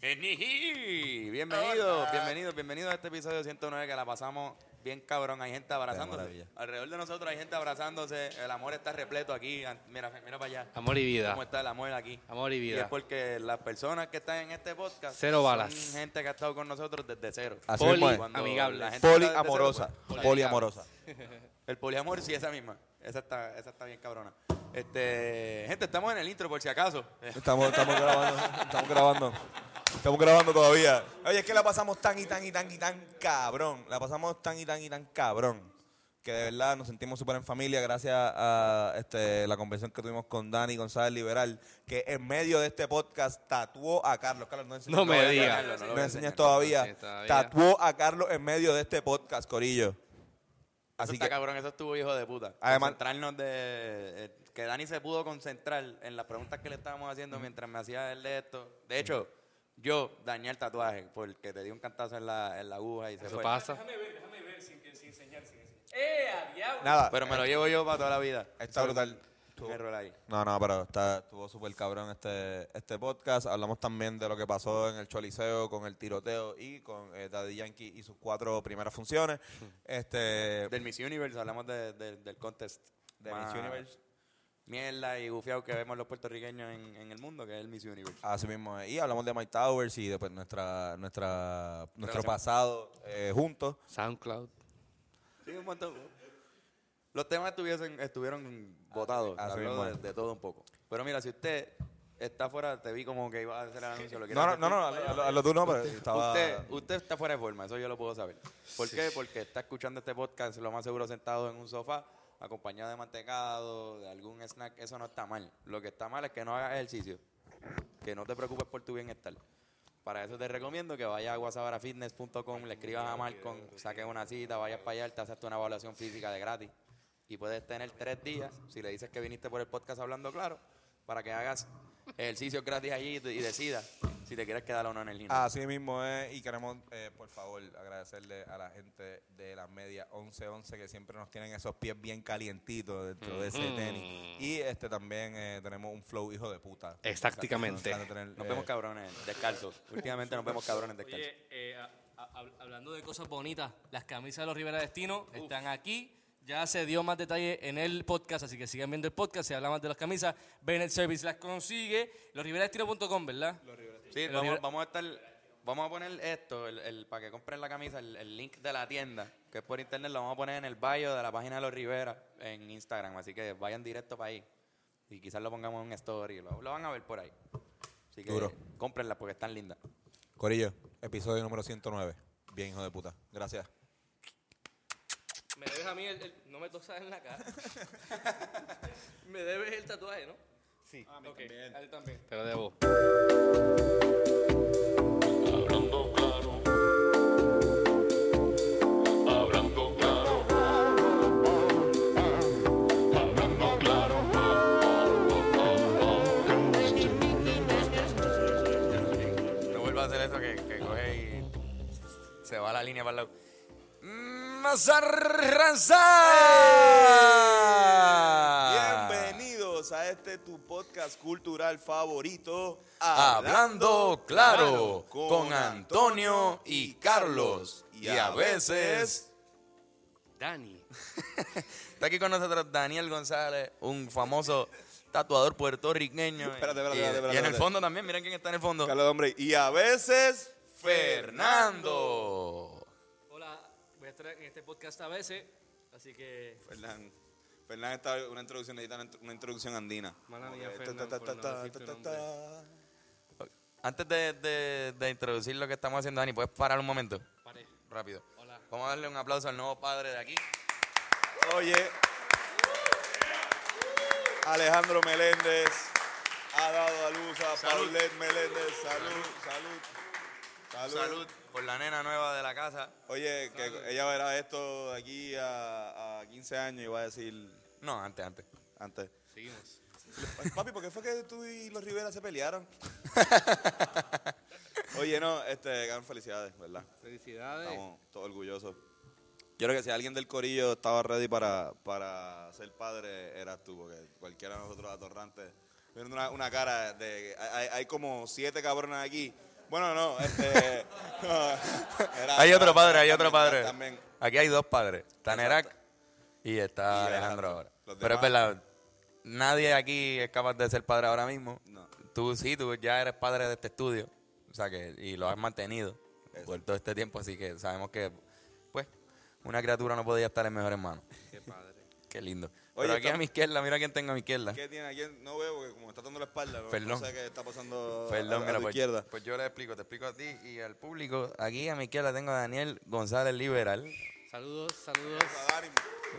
Enijí. Bienvenido, Hola. bienvenido, bienvenido a este episodio 109 que la pasamos bien cabrón. Hay gente abrazándose. maravilla. Alrededor de nosotros hay gente abrazándose. El amor está repleto aquí. An- Mira, mira para allá. Amor y vida. ¿Cómo está el amor aquí? Amor y Y vida. es porque las personas que están en este podcast Cero balas. son gente que ha estado con nosotros desde cero. Así mismo es. Cuando Poliamigables. la gente está desde Poliamorosa. cero, pues, Poliamorosa. el poliamor, sí, esa misma. Esa está, esa está bien cabrona. Este, gente, estamos en el intro por si acaso. Estamos, estamos grabando. Estamos grabando. Estamos grabando todavía. Oye, es que la pasamos tan y tan y tan y tan cabrón. La pasamos tan y tan y tan cabrón. Que de verdad nos sentimos súper en familia gracias a este, la convención que tuvimos con Dani González Liberal, que en medio de este podcast tatuó a Carlos. Carlos, no, enseñes No me todavía. digas. No lo No voy a enseñas enseñar. No lo todavía. enseñes todavía. Tatuó a Carlos en medio de este podcast, Corillo. Así Así está que cabrón, eso estuvo hijo de puta. Además- Concentrarnos de. eh, que Dani se pudo concentrar en las preguntas que le estábamos haciendo mientras me hacía el de esto. De hecho, yo dañé el tatuaje porque te di un cantazo en la, en la aguja y se Eso fue. pasa. Déjame ver, déjame ver sin, que- sin enseñar, sin enseñar. ¡Eh, a diablo! nada. Pero me lo llevo yo para toda la vida. Está brutal. eh, Un error ahí. No, no, pero está, estuvo súper cabrón este, este podcast. Hablamos también de lo que pasó en el Choliseo con el tiroteo y con eh, Daddy Yankee y sus cuatro primeras funciones. Hmm. Este, Del Miss Universe, hablamos de- de- del contest. de más Miss Universe. Mierda y gufiado que vemos los puertorriqueños en, en el mundo, que es el Miss Universe. Así mismo. es. Y hablamos de Mike Towers y después nuestra, nuestra, nuestro Relación. pasado eh, juntos. SoundCloud. Sí, un montón. Los temas estuviesen, estuvieron votados, así habló mismo de, es. de todo un poco. Pero mira, si usted está fuera, te vi como que iba a hacer el anuncio. ¿lo quieres No, no, no, repetir? no, hazlo- hazlo- hazlo tú no, pero estaba... Usted, usted está fuera de forma, eso yo lo puedo saber. ¿Por qué? Porque está escuchando este podcast, lo más seguro, sentado en un sofá, acompañado de mantecado, de algún snack. Eso no está mal. Lo que está mal es que no hagas ejercicio, que no te preocupes por tu bienestar. Para eso te recomiendo que vayas a guasabarafitness.com, le escribas a Malcolm, saques una cita, vayas para allá, te haces una evaluación física de gratis. Y puedes tener tres días, si le dices que viniste por el podcast hablando claro, para que hagas ejercicios gratis allí y y decidas si te quieres quedar o no en el gimnasio. Así mismo es, y queremos, eh, por favor, agradecerle a la gente de la media 1111 que siempre nos tienen esos pies bien calientitos dentro de ese tenis. Y este también eh, tenemos un flow hijo de puta. Exactamente. Nos encanta tener, Nos eh, vemos cabrones descalzos. Últimamente nos vemos cabrones descalzos. Oye, eh, a- a- hab- hablando de cosas bonitas, las camisas de los Rivera Destino están aquí. Ya se dio más detalle en el podcast, así que sigan viendo el podcast, se habla más de las camisas. Bennett Service las consigue. Losriveradestino.com, ¿verdad? Sí, Los vamos, libros- vamos a estar. Vamos a poner esto, el, el- para que compren la camisa, el, el link de la tienda, que es por internet, lo vamos a poner en el bio de la página de los Rivera en Instagram. Así que vayan directo para ahí. Y quizás lo pongamos en un story. Lo, lo van a ver por ahí. Así que Duro. cómprenla porque están lindas. Corillo, episodio número 109. Bien hijo de puta. Gracias. Me debes a mí el, el- No me tosas en la cara. me debes el tatuaje, ¿no? Sí. Ah, A mí también. A ti también. Te lo debo. Hablando claro, hablando claro, hablando claro, No vuelva a hacer eso que, que coge y se va la línea para el lado. ¡Mazarranza! Bienvenidos a este tu podcast cultural favorito. Ah. Ah, Hablando Claro, con Antonio y Carlos, y a veces... Dani. Está aquí con nosotros Daniel González, un famoso tatuador puertorriqueño. Espérate, espérate, Y- espérate, espérate, Y en el espérate. fondo también, miren quién está en el fondo. Carlos Hombre, y a veces Fernando. Hola, voy a estar en este podcast a veces, así que. Fernán. Fernán está una introducción, necesita una, intro- una introducción andina. Mala Como mía, que ta, Fernán, ta, por ta, no ta, decir tu ta, ta, nombre. ta. Antes de, de- de introducir lo que estamos haciendo, Dani, ¿puedes parar un momento? Pare. Rápido. Hola. Vamos a darle un aplauso al nuevo padre de aquí. Oye, Alejandro Meléndez ha dado a luz a Salud. Paulette Meléndez. Salud, salud, salud. Salud por la nena nueva de la casa. Oye, que ella verá esto de aquí a, a 15 años y va a decir No, antes, antes. antes. Seguimos. Papi, ¿por qué fue que tú y los Rivera se pelearon? Oye, no, este, gran felicidades, ¿verdad? Felicidades. Estamos todos orgullosos. Yo creo que si alguien del corillo estaba ready para, para ser padre, eras tú, porque cualquiera de nosotros atorrantes. Viendo una, una cara de... Hay, hay como siete cabrones aquí Bueno, no, este. no, era- Hay otro padre, hay otro también- padre. También. Aquí hay dos padres. Está Exacto. Nerak y está Y Alejandro. Alejandro ahora. Los Pero es demás- verdad, nadie aquí es capaz de ser padre ahora mismo. No. Tú sí, tú ya eres padre de este estudio. O sea que, y lo has mantenido por todo este tiempo, así que sabemos que, pues, una criatura no podía estar en mejores manos. Qué padre. Qué lindo. Oye, Pero aquí está- a mi izquierda, mira quién tengo a mi izquierda. ¿Qué tiene aquí? No veo porque como está dando la espalda, no, Perdón. no sé qué está pasando a, a Perdón, mira, tu pues, izquierda. pues yo le explico, te explico a ti y al público. Aquí a mi izquierda tengo a Daniel González Liberal. Saludos, saludos.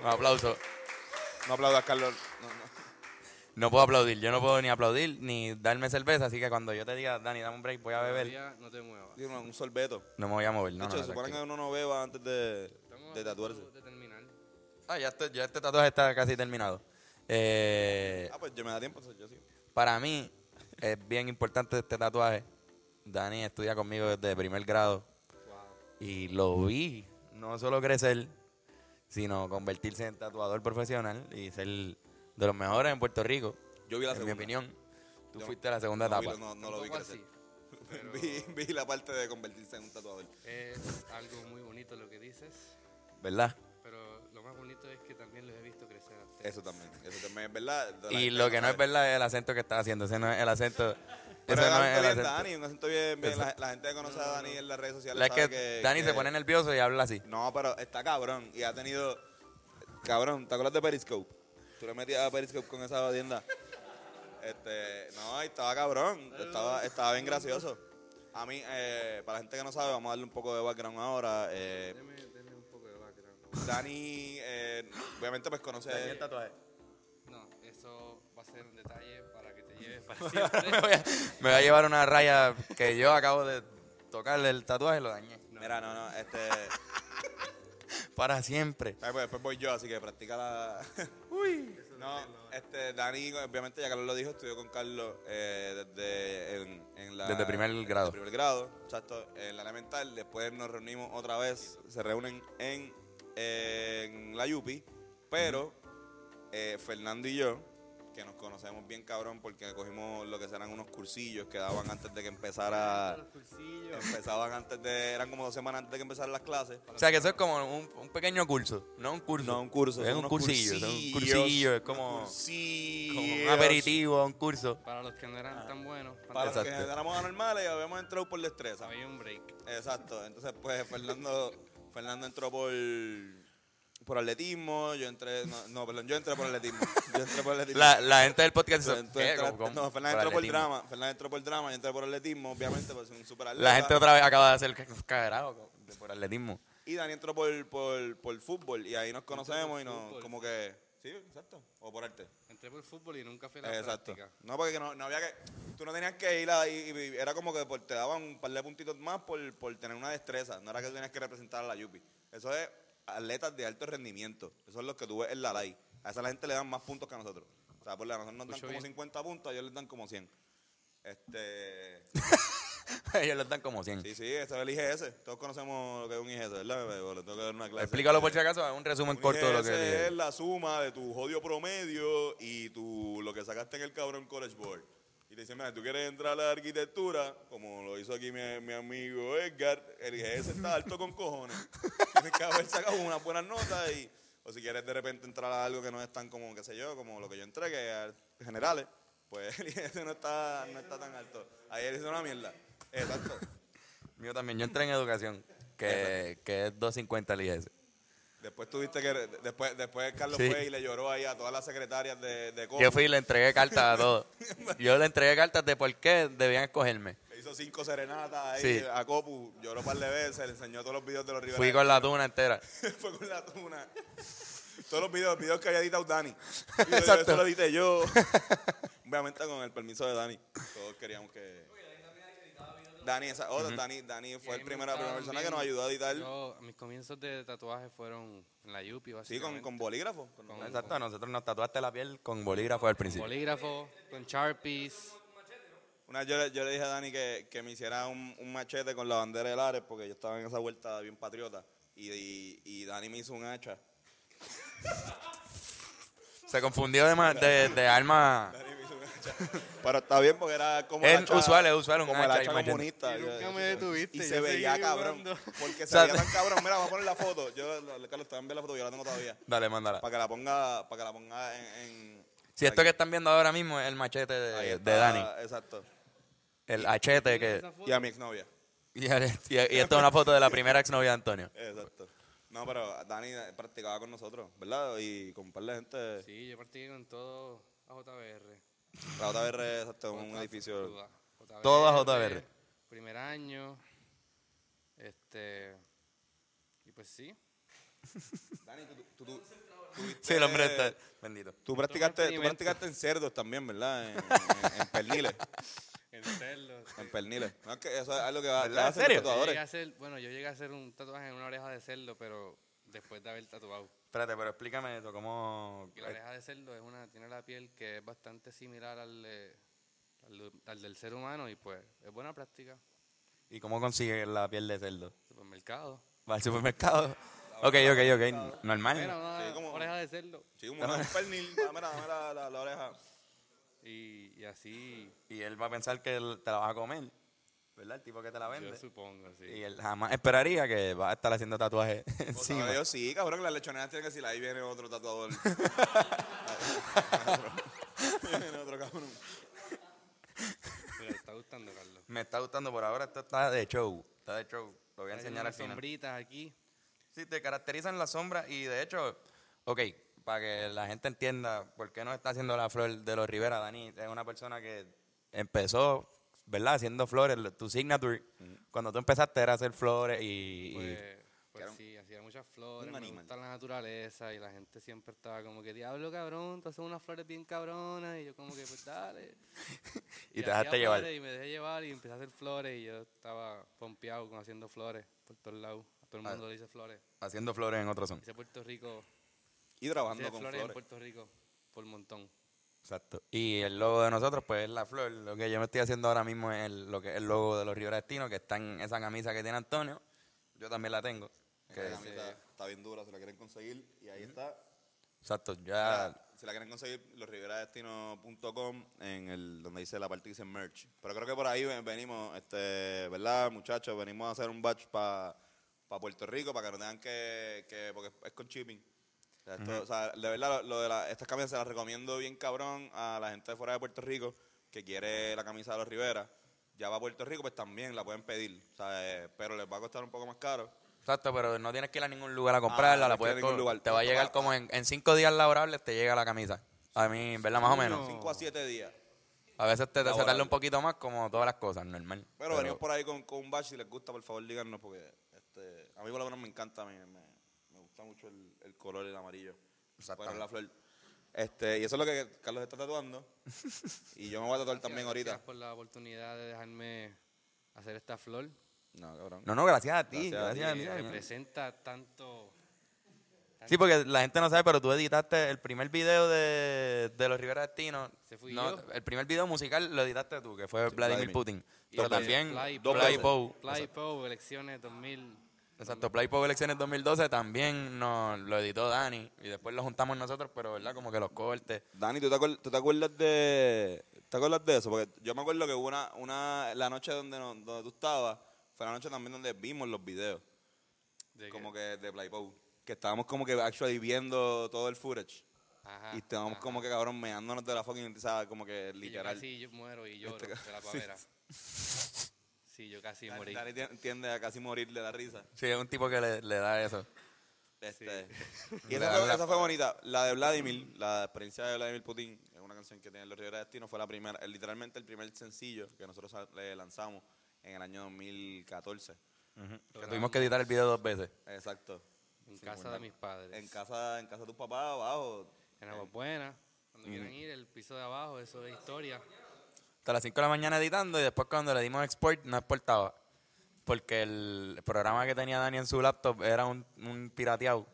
Un aplauso. No aplaudas, Carlos. No, no. No puedo aplaudir, yo no puedo ni aplaudir ni darme cerveza, así que cuando yo te diga, Dani, dame un break, voy a beber, Todavía No te muevas. Tiene un sorbeto. no me voy a mover. De No, hecho, no, se supone que tranquilo. uno no beba antes de, Estamos de a punto tatuarse. de terminar. Ah, ya, estoy- ya este tatuaje está casi terminado. Eh, Ah, pues yo me da tiempo, entonces yo sí. para mí es bien importante este tatuaje. Dani estudia conmigo desde primer grado y lo vi no solo crecer, sino convertirse en tatuador profesional y ser de los mejores en Puerto Rico, Yo vi la en segunda. mi opinión. Tú Yo- fuiste la segunda No, vi- etapa. no, no lo vi Tampoco crecer. así. vi, vi la parte de convertirse en un tatuador. Es algo muy bonito lo que dices, ¿Verdad? pero lo más bonito es que también los he visto crecer a ustedes. Eso también. Eso también es verdad. De la Y gente lo que no es sabe. verdad es el acento que estás haciendo. Ese no es el acento. Pero ese no es el acento el bien de acento. Dani, un acento bien, bien. La, la gente que conoce a Dani en las redes sociales La es que, sabe que Dani que- se pone nervioso y habla así. No, pero está cabrón y ha tenido... Cabrón, ¿te acuerdas de Periscope? Tú le metías a Periscope con esa tienda. Este, no, y estaba cabrón, estaba, estaba bien gracioso. A mí, eh, para la gente que no sabe, vamos a darle un poco de background ahora. eh, Denme un poco de background. Dani, eh, obviamente, pues conoce... No, eso va a ser un detalle para que te lleves para siempre. me, voy a, me voy a llevar una raya que yo acabo de tocarle el tatuaje y lo dañé. Mira, no, no, este... Para siempre. Ay, pues, después voy yo, así que practica la. Uy. No, este, Dani, obviamente, ya Carlos lo dijo, estudió con Carlos eh, desde, en, en la, Desde primer desde grado. primer grado, exacto, en la elemental. Después nos reunimos otra vez, se reúnen en, en la Yupi, pero eh, Fernando y yo, que nos conocemos bien cabrón porque cogimos lo que serán unos cursillos que daban antes de que empezara. Los Ah. cursillos. Empezaban antes de. Eran como dos semanas antes de que empezaran las clases. O sea que eso es como un, un pequeño curso, no un curso. No, un curso. Es son un unos cursillo. es un cursillos, cursillo, es unos como, cursillos. como un aperitivo, un curso. Para los que no eran tan buenos, Ah. Para los que Exacto. éramos anormales, habíamos entrado por destreza. había un break. Exacto. Entonces, pues, Fernando, Fernando entró por por atletismo, yo entré, no, no, perdón, yo entré por atletismo. Yo entré por atletismo. La, la gente del podcast. Tú- se- tú ¿qué? entraste- Como- como- no, Fernando entró por atletismo. drama, Fernando entró por drama, yo entré por atletismo, obviamente, pues un super La gente otra vez acaba de hacer cagado por atletismo. Y Dani entró por, por, por fútbol y ahí nos conocemos y nos, como que, sí, exacto, o por arte. Entré por fútbol y nunca fui a la Exacto. práctica. No, porque no, no había que. Tú no tenías que ir a. y- y- y era como que por- te daban un par de puntitos más por, por tener una destreza. No era que tenías que representar a la Yupi. Eso es atletas de alto rendimiento. Eso es lo que tú ves en la LAI. A esa la gente le dan más puntos que a nosotros. O sea, por la nosotros nos dan Escucho como bien. 50 puntos, a ellos les dan como 100. Este. Ellos lo dan como 100. sí, sí, ese es el IGS. Todos conocemos lo que es un IGS, ¿verdad? bebé? Le tengo que dar una clase. Explícalo por si acaso, un resumen Un corto de lo que IGS dije. es la suma de tu jodio promedio y tu, lo que sacaste en el cabrón College Board. Y te dicen, mira, tú quieres entrar a la arquitectura, como lo hizo aquí mi, mi amigo Edgar, el IGS está alto con cojones. Tienes que haber sacado unas buenas notas y, o si quieres de repente entrar a algo que no es tan como, qué sé yo, como lo que yo entré, que es generales, pues el IGS no está, no está tan alto. Ayer hizo una mierda. Exacto. Yo también, yo entré en educación, que, que es 250 el IGS. Después tuviste que, después, después Carlos Sí. fue y le lloró ahí a todas las secretarias de, de Copa. Yo fui y le entregué cartas a todos. Yo le entregué cartas de por qué debían escogerme. Le hizo cinco serenatas ahí Sí. a Copu, lloró un par de veces, le enseñó todos los videos de los Rivera. Fui con la tuna entera. Fue con la tuna. todos los videos, videos que había editado Dani. Y yo- Exacto. Eso lo edité yo. Obviamente con el permiso de Dani. Todos queríamos que. Dani, esa, otra, Dani, Dani Y a fue mí el me primera, primera gustaban persona que bien- nos ayudó a editar. Yo, mis comienzos de tatuaje fueron en la Yupi, sí, con, básicamente. con bolígrafo. con- Con- Exacto, nosotros nos tatuaste la piel con bolígrafo al principio. bolígrafo, con Sharpies. Una vez yo, le- yo le dije a Dani que, que me hiciera un, un machete con la bandera del Ares porque yo estaba en esa vuelta bien patriota. Y, y, y Dani me hizo un hacha. Se confundió de, ma- de, de arma. Dani me hizo un hacha. Pero está bien porque era como Es la hacha- usual, es usual, un como la hacha, hacha imagínate. comunista. Y Yo- nunca me yo- detuviste, Y yo se veía seguí cabrón. jugando. Porque se sea, veía tan cabrón. Mira, vamos a poner la foto. Yo, Carlos, te voy a enviar la foto, yo la tengo todavía. Dale, mándala. Para que la ponga, para que la ponga en... en- Si esto aquí. que están viendo ahora mismo es el machete Ahí Eh, de, está, de Dani. Exacto. El hachete que. Esa foto. Y a mi exnovia. Y, y- y esta es una foto de la primera exnovia de Antonio. Exacto. No, pero Dani practicaba con nosotros, ¿verdad? Y con un par de gente. Sí, yo partí con todo AJBR. La JBR, exacto, en un Otra- edificio. toda- JBR, Toda JBR. Primer año. Este. Y pues sí. Dani, tú, tú, Sí, el hombre está. Bendito. practicaste, tú experimento. practicaste en cerdos también, ¿verdad? En, en- en perniles. El serlo. sí. En perniles. No, es que eso es algo que va, que ¿Verdad? ¿En hacen los serio? Yo llegué a tatuadores. hacer, bueno, yo llegué a hacer un tatuaje en una oreja de cerdo, pero después de haber tatuado. Espérate, pero explícame eso, cómo. Y la oreja de cerdo es una, tiene la piel que es bastante similar al, de- al, de- al del ser humano y pues es buena práctica. ¿Y cómo consigues la piel de cerdo? Supermercado. ¿Va al supermercado? Ok, ok, ok. Mira, Normal. una Sí, como- oreja de cerdo. Sí, como no, un pernil. Dame, la- dame la, la- la oreja. Y, y así, Y él va a pensar que él te la vas a comer. ¿Verdad? El tipo que te la yo vende. supongo, sí. Y él jamás esperaría que va a estar haciendo tatuajes O sea, encima. yo sí, cabrón, que las lechoneras tienen que decir, ahí viene otro tatuador. viene otro cabrón. Pero te está gustando, Carlos. Me está gustando por ahora, esto está de show. Está de show. Lo voy a Tiene enseñar al unas final. sombritas aquí. Sí, te caracterizan las sombras y de hecho, ok, para que la gente entienda por qué no está haciendo la flor de los Rivera, Dani, es una persona que empezó, ¿verdad? Haciendo flores, lo- tu signature, cuando tú empezaste era hacer flores y... y- Pues, pues Claro. sí, hacía muchas flores, Un me animal. gusta la naturaleza y la gente siempre estaba como que, diablo cabrón, tú haces unas flores bien cabronas y yo como que, pues dale. Y te hacía dejaste llevar. flores Y me dejé llevar y empecé a hacer flores y yo estaba pompeado con haciendo flores por todos lados. A todo el Ah. mundo le hice flores. haciendo flores en otro son. Hice Puerto Rico, Y trabajando hice con flores, flores. en Puerto Rico por montón. Exacto. Y el logo de nosotros, pues es la flor. Lo que yo me estoy haciendo ahora mismo es el, lo que es el logo de los Rivera Destino, que está en esa camisa que tiene Antonio. Yo también la tengo. que Esa es- camisa está bien dura, se la quieren conseguir. Y ahí está. exacto, ya... Ahora, si la quieren conseguir, losriveradestino.com, en el, donde dice la parte que dice merch. Pero creo que por ahí ven- venimos, este, ¿verdad, muchachos? Venimos a hacer un batch para Puerto Rico, para que no tengan que, que- porque es con shipping. O sea, esto- o sea, de verdad, lo, lo de la- estas camisas se las recomiendo bien cabrón a la gente de fuera de Puerto Rico que quiere la camisa de los Rivera. Ya va a Puerto Rico, pues también la pueden pedir, ¿sabes? pero les va a costar un poco más caro. Exacto, pero no tienes que ir a ningún lugar a comprarla, Ah, no la tienes que ir a puedes ningún co- lugar. Te va a Tú llegar vas- como en, en cinco días laborables te llega la camisa. A mí, ¿verdad? Más o menos. 5 a 7 días. A veces te, te se Laborable. tarda un poquito más, como todas las cosas, normal. Pero, venimos por ahí con, con un batch. Si les gusta, por favor, díganos, porque este, a mí por lo menos me encanta. Me, me, me gusta mucho el, el color, el amarillo. Pero Exactamente. la flor. Este, y eso es lo que Carlos está tatuando. y yo me voy a tatuar también ahorita. Gracias por la oportunidad de dejarme hacer esta flor. No, cabrón. No, no, gracias a ti. Gracias a ti, eh. Gracias a ti. que representa tanto... Sí, porque la gente no sabe, pero tú editaste el primer video de, de los Rivera Destino. Se fui No, yo. El primer video musical lo editaste tú, que fue Vladimir Vladimir. Putin. y Pero pues, también Fly Play, Pow. Pow. Fly Pow, elecciones 2000. Exacto, Play Pop Elecciones 2012 también nos lo editó Dani y después lo juntamos nosotros, pero ¿verdad? Como que los cortes. Dani, ¿tú te, acuer- tú te acuerdas de te acuerdas de eso? Porque yo me acuerdo que hubo una, una la noche donde, no- donde tú estabas, fue la noche también donde vimos los videos, de como que de Playboy, que estábamos como que actually viendo todo el footage. Ajá, y estábamos ajá. como que cabrón meándonos de la fucking, o sea, como que Ah, Y literal. Este Yo casi yo muero y lloro ca- de la pavera. Sí, yo casi Dani- morí. Dani tien- tiende a casi morir de la risa. Sí, es un tipo que le, le da eso. Este, Le Y da esa fue, la- esa fue bonita. La de Mm. Vladimir, la experiencia de Vladimir Putin, es una canción que tiene Los Rivera Destino, fue la primera, eh, literalmente el primer sencillo que nosotros sa- le lanzamos en el año 2014. Que tuvimos que editar el video dos veces. Exacto. En Sí, casa bueno. de mis padres. En casa, en casa de tus papás, abajo. En Agua Buena. Cuando quieran ir, el piso de abajo, eso es historia. Hasta las 5 de la mañana editando y después cuando le dimos export no exportaba. Porque el programa que tenía Dani en su laptop era un, un pirateado.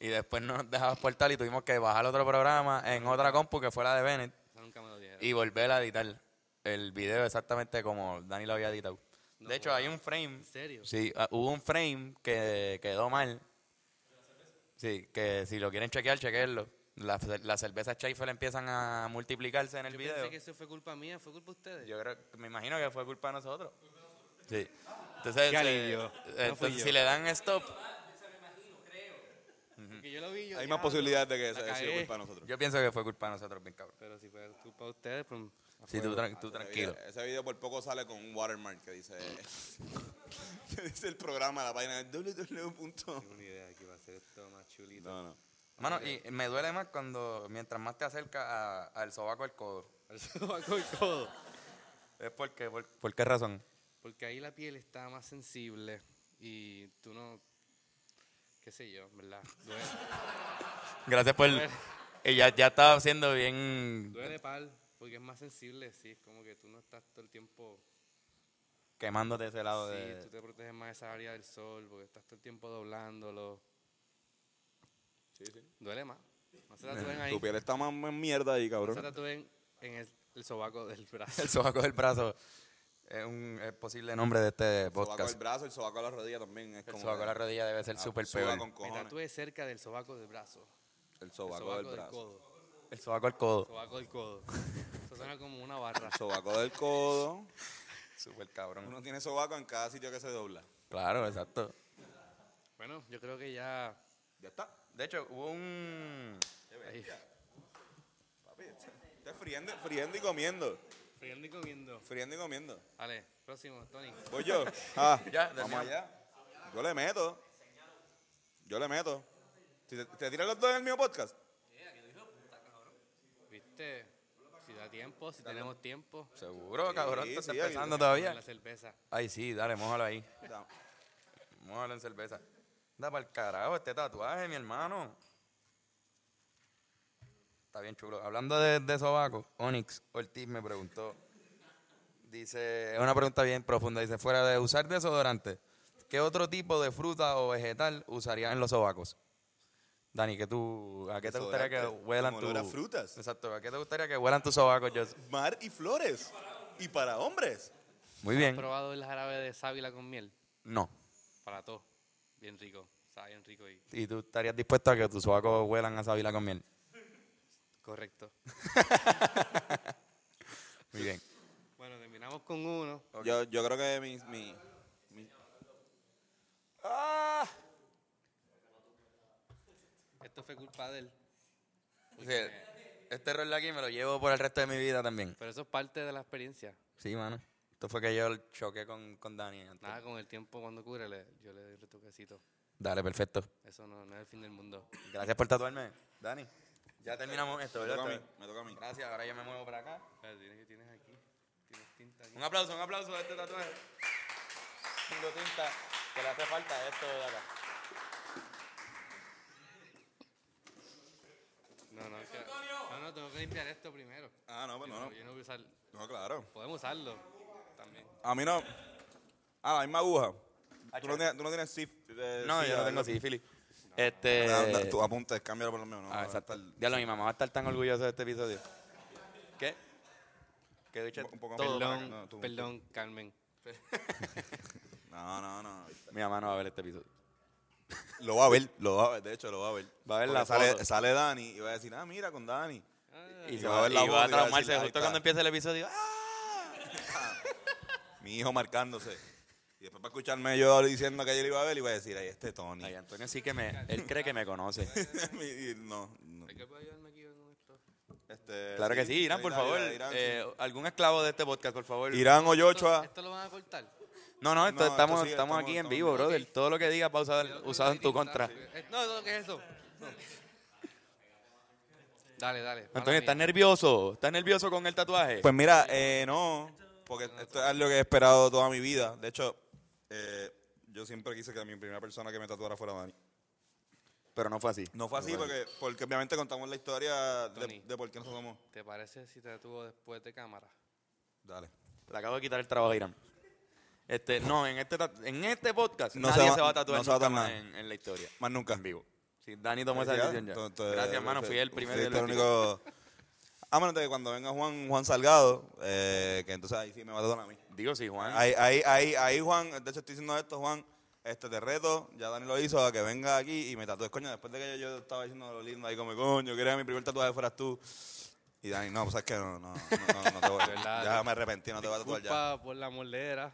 Y después no nos dejaba exportar y tuvimos que bajar otro programa en otra compu que fue la de Bennett Eso nunca me lo dijeron. y volver a editar el video exactamente como Dani lo había editado. No, De hecho, wow. hay un frame ¿En serio? Sí, ah, hubo un frame que quedó mal. Sí, que si lo quieren chequear, chequenlo. Las las cervezas Schaefer empiezan a multiplicarse en el Yo video. pensé que eso fue culpa mía, fue culpa de ustedes. Yo creo, me imagino que fue culpa de nosotros. Sí. Entonces, Qué eh, alivio. entonces, No fui yo. si le dan stop, Porque yo lo vi, yo, "Ah, Hay más diablo, posibilidades de que la sea sido cagué. culpa de nosotros. yo pienso que fue culpa de nosotros, bien cabrón. Pero si fue culpa de ustedes, pues... Sí, tú, tran- tú Ese tranquilo. video- Ese video por poco sale con un watermark que dice. que dice el programa, la página www. Una idea que iba a ser esto más chulito. No, no. Mano, y me duele más cuando, mientras más te acercas a- al sobaco del codo. Con codo. ¿Es porque, por, ¿por qué razón? Porque ahí la piel está más sensible y tú no... qué sé yo, ¿verdad? Duele, Gracias por... Duele. Ella ya estaba siendo bien duele pal, porque es más sensible, sí, es como que tú no estás todo el tiempo... quemándote ese Ah, lado de... Sí, tú te proteges más de esa área del sol porque estás todo el tiempo doblándolo. Sí, sí. Duele más. No se tatúen ahí. Eh, Tu piel está más más mierda ahí, No se cabrón. tatúen en el, el sobaco del brazo. El sobaco del brazo es un es posible nombre de este Sobaco del podcast. brazo, el sobaco de la rodilla también. Es El como sobaco de la rodilla debe ser Ah, súper suda peor. con Me cojones. tatué cerca del sobaco del brazo. El El sobaco sobaco del del, brazo. codo. El sobaco al codo. Sobaco del codo. Eso suena como una barra. Sobaco del codo. Súper cabrón. Uno tiene sobaco en cada sitio que se dobla. Claro, exacto. Bueno, yo creo que ya... Ya está. De hecho, hubo un... ahí. Papi, estás friendo, friendo y comiendo. Friendo y comiendo. Friendo y comiendo. Vale, próximo, Tony. Voy yo. Ah, Ya, vamos terminamos. allá. Yo le meto. Yo le meto. Si te, te tiran los dos en el mío podcast. ¿Viste? Si da tiempo, si tenemos tiempo. Seguro, cabrón. Sí, Estás sí, empezando ahí- con todavía. La cerveza. Ay, sí, dale, mójalo ahí. Da- Mójalo en cerveza. Da para el carajo este tatuaje, mi hermano. Está bien chulo. Hablando de, de sobaco, Onyx Ortiz me preguntó. Dice, es una pregunta bien profunda. Dice, fuera de usar desodorante, ¿qué otro tipo de fruta o vegetal usarías en los sobacos? Dani, que tú, ¿a qué te gustaría que Desodorante, huelan como olor a tus frutas. Exacto, ¿a qué te gustaría que huelan tus sobacos? Yo- Mar y flores. Y para hombres. Muy bien. ¿Has probado el jarabe de sábila con miel? No. Para todo. Bien rico. Sabe bien rico y ¿Y tú estarías dispuesto a que tus sobacos huelan a sábila con miel? correcto. Muy bien. Bueno, terminamos con uno. Yo, yo creo que mi. mi, mi- ¡Ah! Esto fue culpa de él. O sea, este rol de aquí me lo llevo por el resto de mi vida también. Pero eso es parte de la experiencia. Sí, mano. Esto fue que yo choqué con, con Dani. antes. Ah, Nada, con el tiempo cuando cure, le- yo le doy un retoquecito. Dale, perfecto. Eso no, no es el fin del mundo. Gracias por tatuarme, Dani. Ya terminamos esto, Me toca a ¿verdad? mí. Me toca a mí. Gracias, ahora yo me muevo para acá. Espérate, tienes, tienes aquí. Tienes tinta aquí. Un aplauso, un aplauso a este tatuaje. Cinco tinta, que le hace falta esto de acá. No, no, que- no, no, tengo que limpiar esto primero. Ah, no, Yo pues no, no, no. yo no voy a usar. No, claro. Podemos usarlo también. A mí no. Ah, la misma aguja. Ah, Tú no chévere. tienes, tú no tienes sif- eh, No, sida, yo no tengo ¿verdad? sífilis. Este. Ah, anda, Tú apuntes, cámbialo por lo menos. no, Ah, no, exacto. tal- Ya lo, mi mamá va a estar tan orgullosa de este episodio. ¿Qué? ¿Qué dicho? Un poco más. Todo. para acá, Perdón, no, tú- perdón, Carmen. No, no, no. Mi mamá no va a ver este episodio. Lo va a ver, lo va a ver, de hecho lo va a ver. Va a ver la Porque sale, foto. sale Dani y va a decir, ah, mira con Dani. Y, se se va va, a ver la y va a voz y va a decir, traumarse "Ahí justo está". cuando empieza el episodio. ¡Ah! Mi hijo marcándose. Y después va a escucharme yo diciendo que ayer iba a ver y va a decir, ahí este Tony. Ay, Antonio sí que me. Él cree que me conoce. Y no, no. ¿Qué puede ayudarme aquí con esto? Este, Claro que sí, Irán, ahí por está, favor. Irán, eh, algún esclavo de este podcast, por favor. sí. Irán ¿Esto, Oyochoa. esto lo van a cortar? No, no, esto- No, esto estamos, sigue, estamos estamos- aquí en estamos- vivo, brother. Todo lo que digas va a usar, usado en tu contra. Eh, No, no, ¿qué es eso? Dale, dale. mala Antonio, ¿estás mía. nervioso? ¿Estás nervioso con el tatuaje? Pues mira, eh, no, porque esto es algo que he esperado toda mi vida. De hecho, eh, yo siempre quise que mi primera persona que me tatuara fuera Dani. pero no fue así. No fue así porque, porque obviamente contamos la historia de, Tony. de por qué nos tatuamos. ¿Te parece si te detuvo después de cámara? Dale. Le acabo de quitar el trabajo a Irán. Este, no, en este, tat- en este podcast No nadie se se va- va, a tatuar no se va a nunca tatuar más nada. en, en la historia. Más nunca. En vivo. Sí, Dani tomó esa Ya, decisión ya. entonces, Gracias, hermano. Fui el fuiste- primero. y fuiste el el último. único. Ah, menos de que cuando venga Juan, Juan Salgado, eh, que entonces ahí sí me va a tatuar a mí. Digo, sí, Juan. Ahí, ahí, ahí, ahí, Juan, de hecho estoy diciendo esto, Juan, Este te reto, ya Dani lo hizo, a que venga aquí y me tatúes, coño, después de que yo, yo estaba diciendo lo lindo ahí como, coño, que era mi primer tatuaje fueras tú. Y Dani, no, pues es que no, no, no, no, no te voy De verdad, Ya di- me arrepentí, no te voy a tatuar ya. Disculpa por la moldera.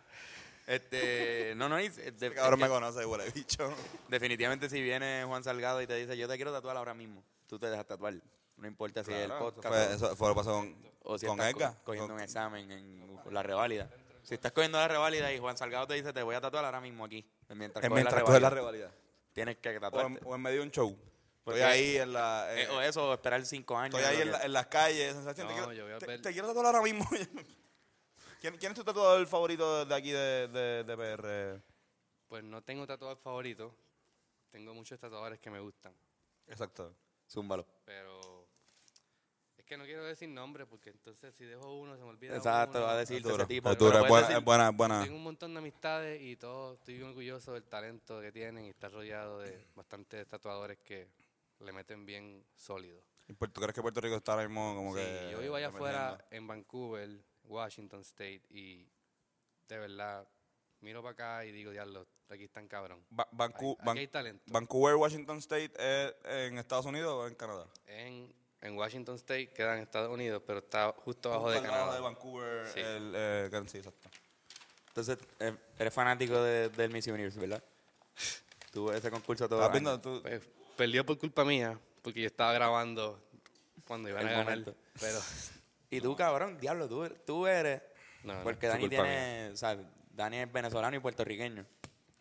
Este, no, no, y- de- Este es cabrón me que conoce, huele bicho. definitivamente si viene Juan Salgado y te dice, yo te quiero tatuar ahora mismo, tú te dejas tatuar. No importa si es el Claro, eso podcast fue, o- eso fue lo que pasó con, o si con estás co- Edgar. cogiendo Con- un examen en la reválida. Si estás cogiendo la reválida y Juan Salgado te dice, te voy a tatuar ahora mismo aquí, mientras es coges mientras coges la rivalidad. Tienes que O en, tatuarte. o en medio de un show. Porque- estoy ahí en la. eh, Eh, o eso, o esperar cinco años. estoy ahí lo en, que- la- en las calles. sensación, eh, No, te, yo voy quiero, a te- ver- te quiero tatuar ahora mismo. ¿Quién, quién es tu tatuador favorito de aquí de, de, de PR? Pues no tengo tatuador favorito. Tengo muchos tatuadores que me gustan. Exacto. Zúmbalo. Pero es que no quiero decir nombres porque entonces si dejo uno se me olvida. Exacto, uno. va a decir Duro. ese tipo. es pero duro, es puedes buena, decir- es buena, es buena. Tengo un montón de amistades y todo. Estoy orgulloso del talento que tienen y está rodeado de bastantes tatuadores que le meten bien sólido. ¿Y Puerto- ¿Tú crees que Puerto Rico está ahora mismo como Sí, que. eh, yo vivo allá emergiendo? afuera en Vancouver, Washington State y de verdad miro para acá y digo, diablo, aquí están cabrón. Ba- Bancu- Aquí- Ban- aquí hay talento. Vancouver, Washington State, ¿es en Estados Unidos o en Canadá? En, en Washington State queda en Estados Unidos, pero está justo abajo de Justo al lado de Canadá. Vancouver, Sí. el, eh, Can- sí, exacto. Entonces, eh, eres fanático de- del Miss Universe, ¿verdad? Tuvo ese concurso todo. ¿Estás viendo tú? Pues, perdió por culpa mía, porque yo estaba grabando cuando iban El a ganar. momento. Pero Y tú, cabrón, diablo, tú, tú eres. No, no, porque es Dani culpa tiene. O sea, Dani es venezolano y puertorriqueño.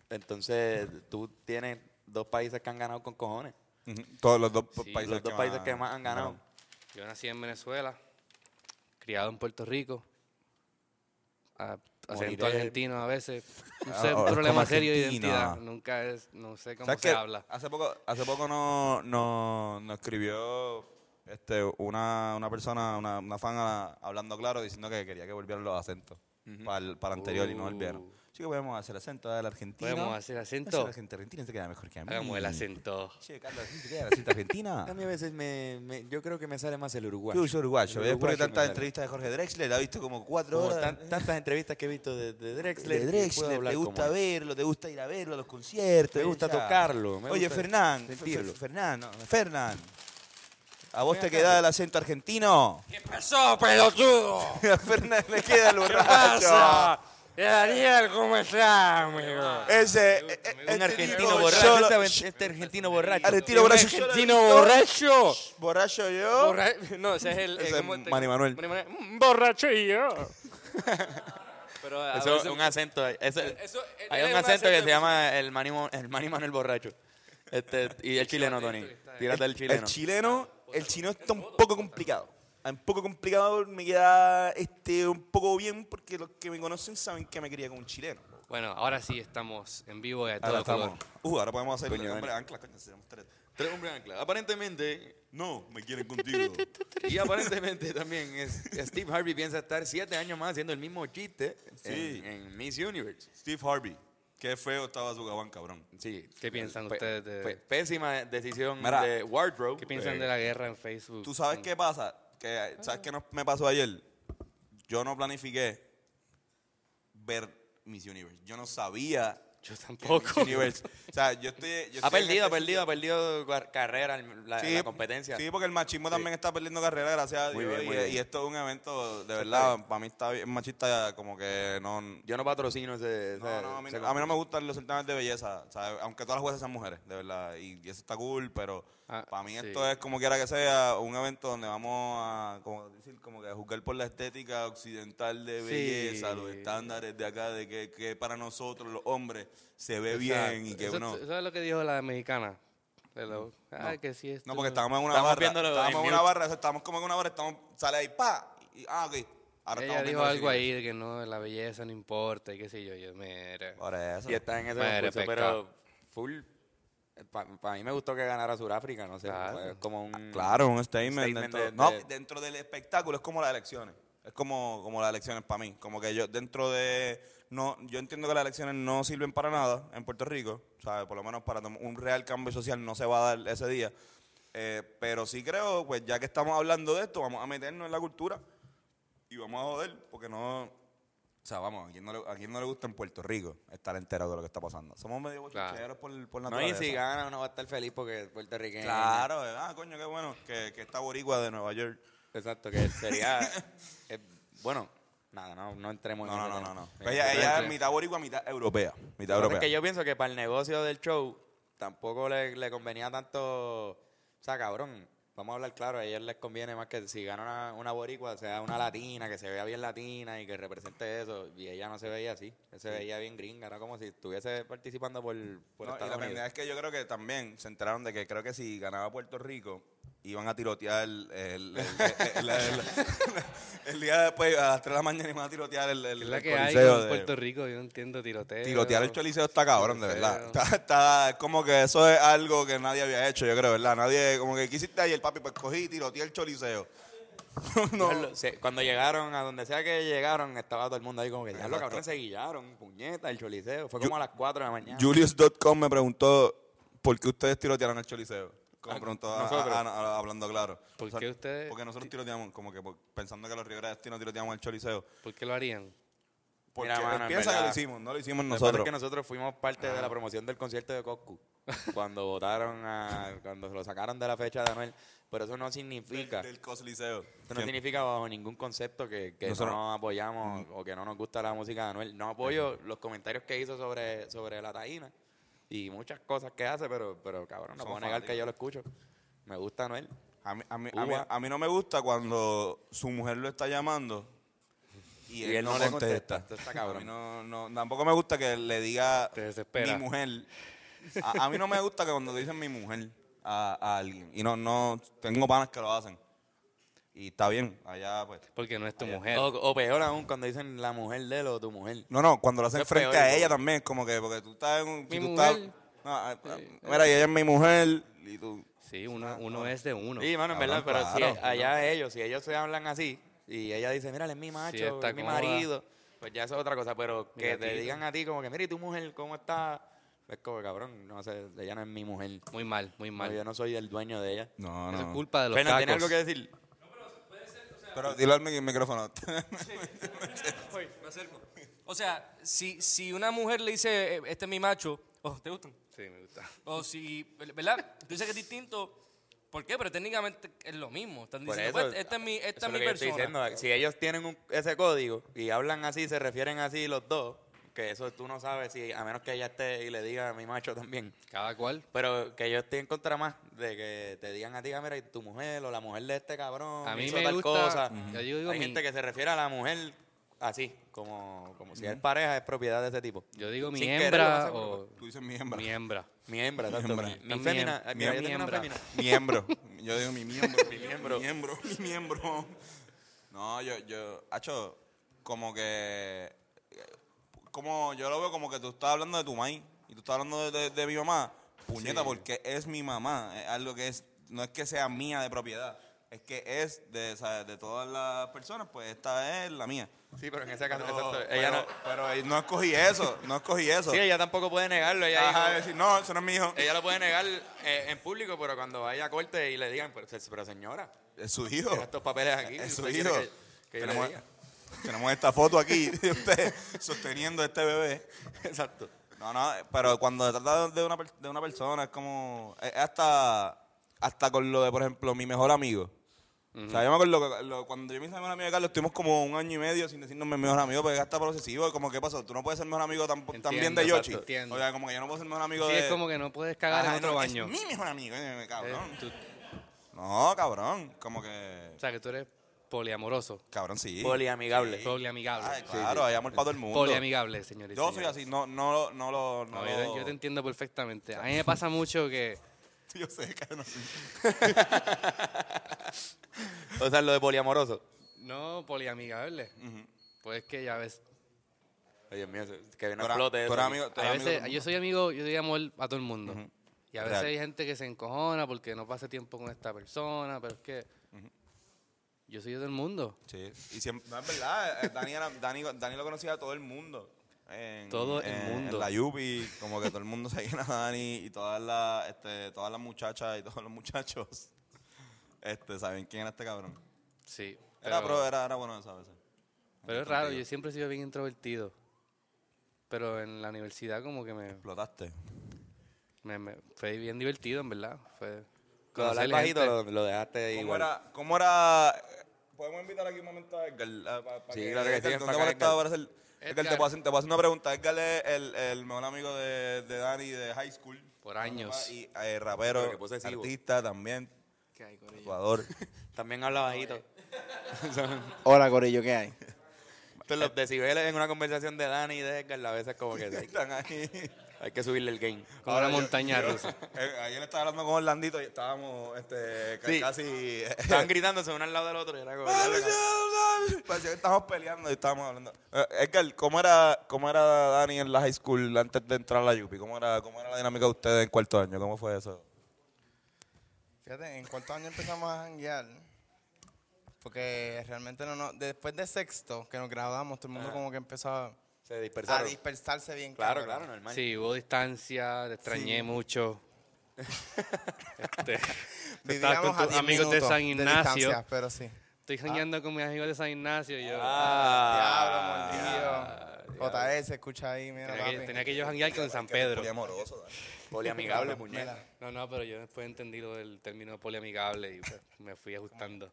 Entonces, tú tienes dos países que han ganado con cojones. Ujú, Todos los dos Sí, países Los dos que países que más han ganado. yo nací en Venezuela, criado en Puerto Rico, a- acento Moriré. argentino a veces. No Ah, oh, sé, un es como problema serio de argentino. identidad. Nunca es, no sé cómo ¿Sabes se qué? habla. Hace poco, hace poco no, no, nos escribió este, una, una persona, una, una fan a- hablando claro, diciendo que quería que volvieran los acentos para, el, para el anterior y no volvieron. Uh. Chicos, podemos hacer acento del argentino. Podemos hacer acento. El acento argentino se queda mejor que a mí. Hagamos el acento. Che, Carlos, ¿te queda el acento argentino? A mí a veces me, me- Yo creo que me sale más el uruguayo. Yo soy uruguayo. El ¿Ves? Porque uruguayo me tantas sale. entrevistas de Jorge Drexler, la he visto como cuatro Como horas. tan- tantas entrevistas que he visto de, de Drexler. de que puedo Drexler, hablar te como gusta él. verlo, te gusta ir a verlo a los conciertos. Me gusta ya. tocarlo, me Oye, gusta Fernán, Fe- sentirlo. Fe- Fernán, no, Fernán, ¿a vos Ven te acá. queda el acento argentino? ¿Qué pasó, pelotudo? a Fernán le queda el borracho. pasa? Daniel, ¿cómo estás, amigo? Ese, e- e- Un este argentino tipo, borracho. yo lo- este, aven- este argentino borracho. Argentino borracho. yo lo- Argentino yo- borracho. Borracho yo. Borra- No, ese es el. Ese eh, es ¿cómo te- Manny Manuel. Manny Manuel. Mm, Borracho y yo. Pero a Eso es veces- un acento. Eso, Eso- hay él es un un acento que acento se llama el Manny, Mo- el Manny Manuel Borracho. Este, y el chileno, Tony. Tírate el El chileno. chileno, el chino está un poco complicado. Ah, Un poco complicado me queda este, un poco bien porque los que me conocen saben que me quería con un chileno. Bueno, ahora sí estamos en vivo y a Ahora todo color. estamos. Uh, ahora podemos hacer Coño, el hombre dale. ancla, coño, seríamos tres. Tres hombres ancla. Aparentemente, No, me quieren contigo. y aparentemente también, es- Steve Harvey piensa estar siete años más haciendo el mismo chiste Sí. en, en Miss Universe. Steve Harvey. Qué feo estaba su gabán, cabrón. Sí. ¿Qué piensan Pe- ustedes de- pe- Pésima decisión Mira, de wardrobe. Eh, ¿Qué piensan de la guerra en Facebook? Mm, ¿Tú Mm. sabes qué pasa? Que, ¿Sabes qué no- me pasó ayer? Yo no planifiqué ver Miss Universe. Yo no sabía Yo que Miss tampoco. Universe. O sea, yo estoy. yo Oh, Ha estoy en perdido, ha este perdido, ha sitio. perdido car- carrera el- la, Sí, la competencia. Sí, porque el machismo también está perdiendo carrera, gracias a Dios. Muy bien, muy y, bien. y esto es un evento, de verdad, para mí está bien machista, como que no. Yo no patrocino ese. No, ese- no, a mí, ese no- a mí no me gustan los certámenes de belleza, ¿sabes? aunque todas las jueces sean mujeres, de verdad, y, y eso está cool, pero Ah, para mí sí. esto es como quiera que sea un evento donde vamos a como decir, como que a juzgar por la estética occidental de Sí. belleza, los estándares de acá, de que, que para nosotros los hombres se ve bien y que Eso- no. ¿Sabes lo que dijo la mexicana? De lo- ah, que sí. esto- No, porque estábamos en una Este, Estamos barra, viéndolo estábamos en en una mute. barra, eso, estábamos como en una barra, estamos, sale ahí, pa, y, ah, ok, ahora Ella estamos dijo algo los ahí de que no, la belleza no importa y qué sé yo. Yo, mira. Por eso. Y está en ese Madre concurso, pero full. Para mí me gustó que ganara Sudáfrica, no sé. Claro. fue como un. Claro, un statement. statement dentro, de- no, de- dentro del espectáculo es como las elecciones. Es como, como las elecciones para mí. Como que yo dentro de... no Yo entiendo que las elecciones no sirven para nada en Puerto Rico. ¿sabes? Por lo menos para tom- un real cambio social no se va a dar ese día. Eh, pero sí creo, pues ya que estamos hablando de esto, vamos a meternos en la cultura y vamos a joder, porque no... O sea, vamos, ¿a quién, no le, a quién no le gusta en Puerto Rico estar enterado de lo que está pasando? Somos medio Claro. bochincheros por, por No, y naturaleza. si gana uno va a estar feliz porque es puertorriqueño. Claro, eh, ah, coño, qué bueno, que, que esta boricua de Nueva York. Exacto, que sería... eh, bueno, nada, no, no entremos No, en no, ese no, no. tema. Eh, no. Sí. Pero Ella, ella es sí. mitad boricua, mitad europea. Mitad Lo que pasa europea. es que yo pienso que para el negocio del show tampoco le, le convenía tanto. O sea, cabrón, vamos a hablar claro, a ellos les conviene más que si gana una, una boricua, sea una latina, que se vea bien latina y que represente eso. Y ella no se veía así, ella se veía bien gringa, era como si estuviese participando por, por No, y Estados la Unidos. pendeja es que yo creo que también se enteraron de que creo que si ganaba Puerto Rico iban a tirotear el, el- el- el- el- el- el día después a las 3 de la mañana iban a tirotear el, el, Es la el que hay coliseo con de- Puerto Rico, yo no entiendo tiroteo. Tirotear el Choliseo está cabrón, de verdad. Coliseo. Está, está- como que eso es algo que nadie había hecho, yo creo, ¿verdad? Nadie, como que quisiste ayer, papi, pues cogí y tiroteé el Choliseo. Diablo, se- Cuando llegaron a donde sea que llegaron, estaba todo el mundo ahí como que ya los cabrones se guillaron, puñeta, el choliseo. Fue como a las 4 de la mañana. Julius.com me preguntó por qué ustedes tirotearon el Choliseo. Como preguntó a- nosotros. a- a- a- hablando claro. ¿Por qué ustedes- Porque nosotros tiroteamos, como que por- pensando que los Rivera Destino tiroteamos el Choliseo. ¿Por qué lo harían? Porque Mira, Ah, mano, él en piensa que lo verdad. hicimos, no lo hicimos Lo que pasa nosotros. es que nosotros fuimos parte de la promoción del concierto de Coscu cuando votaron a, cuando lo sacaron de la fecha de Anuel. Pero eso no significa, Del Cosliceo. eso no significa bajo ningún concepto que, que Nosotros- no apoyamos o que no nos gusta la música de Anuel. No apoyo los comentarios que hizo sobre, sobre la taína y muchas cosas que hace, pero, pero cabrón, no Somos puedo negar que fanáticos. yo lo escucho. Me gusta Anuel. A mí, a, mí, a, mí, Uva. a mí no me gusta cuando su mujer lo está llamando y él, no, le contesta. contesta, está A cabrón. mí no, no, tampoco me gusta que le diga Te desespera. mi mujer. A, a mí no me gusta que cuando le dicen mi mujer a, a alguien. Y no, no, tengo panas que lo hacen. Y está bien, allá pues. Porque no es tu mujer. O, o peor aún cuando dicen la mujer de él o tu mujer. No, no, cuando lo hacen Es frente peor, a ella ¿no? también, como que, porque tú estás en un. Mi tú mujer. estás- no, a- a- mira, y ella es mi mujer. Y tú. Sí, uno, uno es de uno. Sí, mano, en verdad, pero Cabrón, si claro, allá ellos, si ellos se hablan así y ella dice, mira, él es mi macho, está es mi cómoda. marido, pues ya eso es otra cosa, pero que Mira, te tío. digan a ti como que, mira, ¿y tu mujer cómo está? Es como, cabrón, no sé, ella no es mi mujer, Muy mal, muy No, mal. yo no soy el dueño de ella. No, Eso no. es culpa de los Fernan, ¿tiene tacos. algo que decir? Pero dilo al mic- micrófono. Voy, me acerco. O sea, si, si una mujer le dice, eh, este es mi macho, oh, ¿te gustan? Sí, me gusta. O si, ¿verdad? Tú dices que es distinto. ¿Por qué? Pero técnicamente es lo mismo. Están Por diciendo, eso, pues, esta es mi, eso esta es es lo mi que yo estoy persona. diciendo, si ellos tienen un- ese código y hablan así, se refieren así los dos, que eso tú no sabes si, a menos que ella esté y le diga a mi macho también. Cada cual. Pero que yo estoy en contra más de que te digan a ti, ah, mira, y tu mujer o la mujer de este cabrón A mí hizo me tal gusta- cosa. Ujú. yo digo Hay mi- gente que se refiere a la mujer así, como, como si es pareja, es propiedad de ese tipo. Yo digo mi Sin querer, lo hembra más seguro. o Tú dices mi hembra. mi hembra. Mi hembra, exacto. Miembra. Mi, mi También. fémina. ah, mira, yo tengo una Miembra. fémina. Miembro. Yo digo mi miembro. mi miembro. Mi miembro. Mi miembro. No, yo, yo, hacho, como que, eh, como, yo lo veo como que tú estás hablando de tu maíz y tú estás hablando de, de- de mi mamá. Puñeta, porque es mi mamá. Es algo que es, no es que sea mía de propiedad. Es que es de, esa- de todas las personas, pues esta es la mía. Sí, pero en ese caso, Pero, exacto, pero- ella no, pero eh, no escogí eso, no escogí eso. sí, ella tampoco puede negarlo. Ella, Ajá, dijo- decir, no, eso no es mi hijo. ella lo puede negar eh, en público, pero cuando vaya a corte y le digan, pero, pero señora, Es su hijo. tengo estos papeles aquí. Es su ¿usted quiere hijo. que- que yo le tenemos, diga? tenemos esta foto aquí de usted sosteniendo este bebé. Exacto. No, no, pero cuando se trata de una, per- de una persona es como. Es hasta, hasta con lo de, por ejemplo, mi mejor amigo. O sea, yo me acuerdo que lo- cuando yo me hice mejor amigo de Carlos, estuvimos como un año y medio sin decirnos mi mejor amigo, porque es hasta procesivo. y Como, ¿qué pasó? Tú no puedes ser mejor amigo tan, tan Entiendo, bien de Yoshi. exacto, entiendo. O sea, como que yo no puedo ser mejor amigo Sí, de. es como que no puedes cagar Ajá, en otro no, es baño. mi mejor amigo, eh, cabrón. Eh, tú- No, cabrón. Como que. o sea, que tú eres poliamoroso, Cabrón, sí. Poliamigable. poliamigable. Ay, Ah, claro, hay amor para todo el mundo. Poliamigable, señores. y Yo soy señores. así, no, no, lo- no lo. No, No, yo, lo- te- yo te entiendo perfectamente. A mí me pasa mucho que... Yo sé que no soy- O sea, lo de poliamoroso. No, poliamigable. Pues que ya ves... Ay, Dios mío, que no Tú eras- explote eso. tú eras aquí. amigo- tú A eras amigo veces, de- yo soy amigo, yo doy amor a todo el mundo. Y a veces Real. hay gente que se encojona porque no pasa tiempo con esta persona, pero es que... Yo soy de todo el mundo. Sí. Y siempre, no, es verdad. eh, Dani, era- Dani, Dani lo conocía a todo el mundo. En, Todo el en- mundo. En la Yupi, como que todo el mundo seguía a Dani y todas las este, todas las muchachas y todos los muchachos este, saben quién era este cabrón. Sí. Era, pero- pro, era, era bueno eso a veces. Pero es raro, yo siempre he sido bien introvertido. Pero en la universidad como que me, Explotaste. me- me- fue bien divertido, en verdad. Fue Con hablar conocer bajito lo, gente. lo dejaste ¿Cómo igual. era, ¿Cómo era? Podemos invitar aquí un momento a Edgar. ah, pa- pa Sí, claro que sí, Edgar, es ¿dónde para acá, hemos estado Edgar. para hacer- Edgar, te, Edgar. puedo hacer, te puedo hacer una pregunta. Edgar es el, el mejor amigo de, de Dani de high school. Por años. Y eh, rapero, Pero que posesivo. artista también, jugador. También habla bajito. Hola, Corillo, ¿qué hay? Entonces, los decibeles en una conversación de Dani y de Edgar, a veces como que sí, Están ahí. hay que subirle el game. Como una montaña rusa. Eh, Ayer estaba hablando con Orlandito y estábamos este, ca- Sí. casi... Estaban gritándose uno al lado del otro y era como... Parecía que estábamos Pues, peleando y estábamos hablando. Eh, Edgar, ¿cómo era, ¿cómo era Dani en la high school antes de entrar a la Yupi? ¿Cómo era, ¿Cómo era la dinámica de ustedes en cuarto año? ¿Cómo fue eso? Fíjate, en cuarto año empezamos a janguear. Porque realmente no, no, después de sexto, que nos graduamos, todo el mundo como que empezó a, Se a dispersaron. dispersarse bien. Ah. Claro, cabrón. claro, normal. Sí, hubo distancia, te extrañé mucho. Este, tú estabas Vivíamos con a tus 10 amigos de minutos San Ignacio. distancia, pero sí. Estoy jangueando con mis amigos de San Ignacio y yo... Ah, ah, Ah, Diablo, mordido. JS, escucha ahí, mira, tenía, que, papi. tenía que yo janguear con San Pedro. Poliamoroso, Dani. Poliamigable, puñeta. No, no, pero yo después he entendido el término poliamigable y pues, me fui ajustando.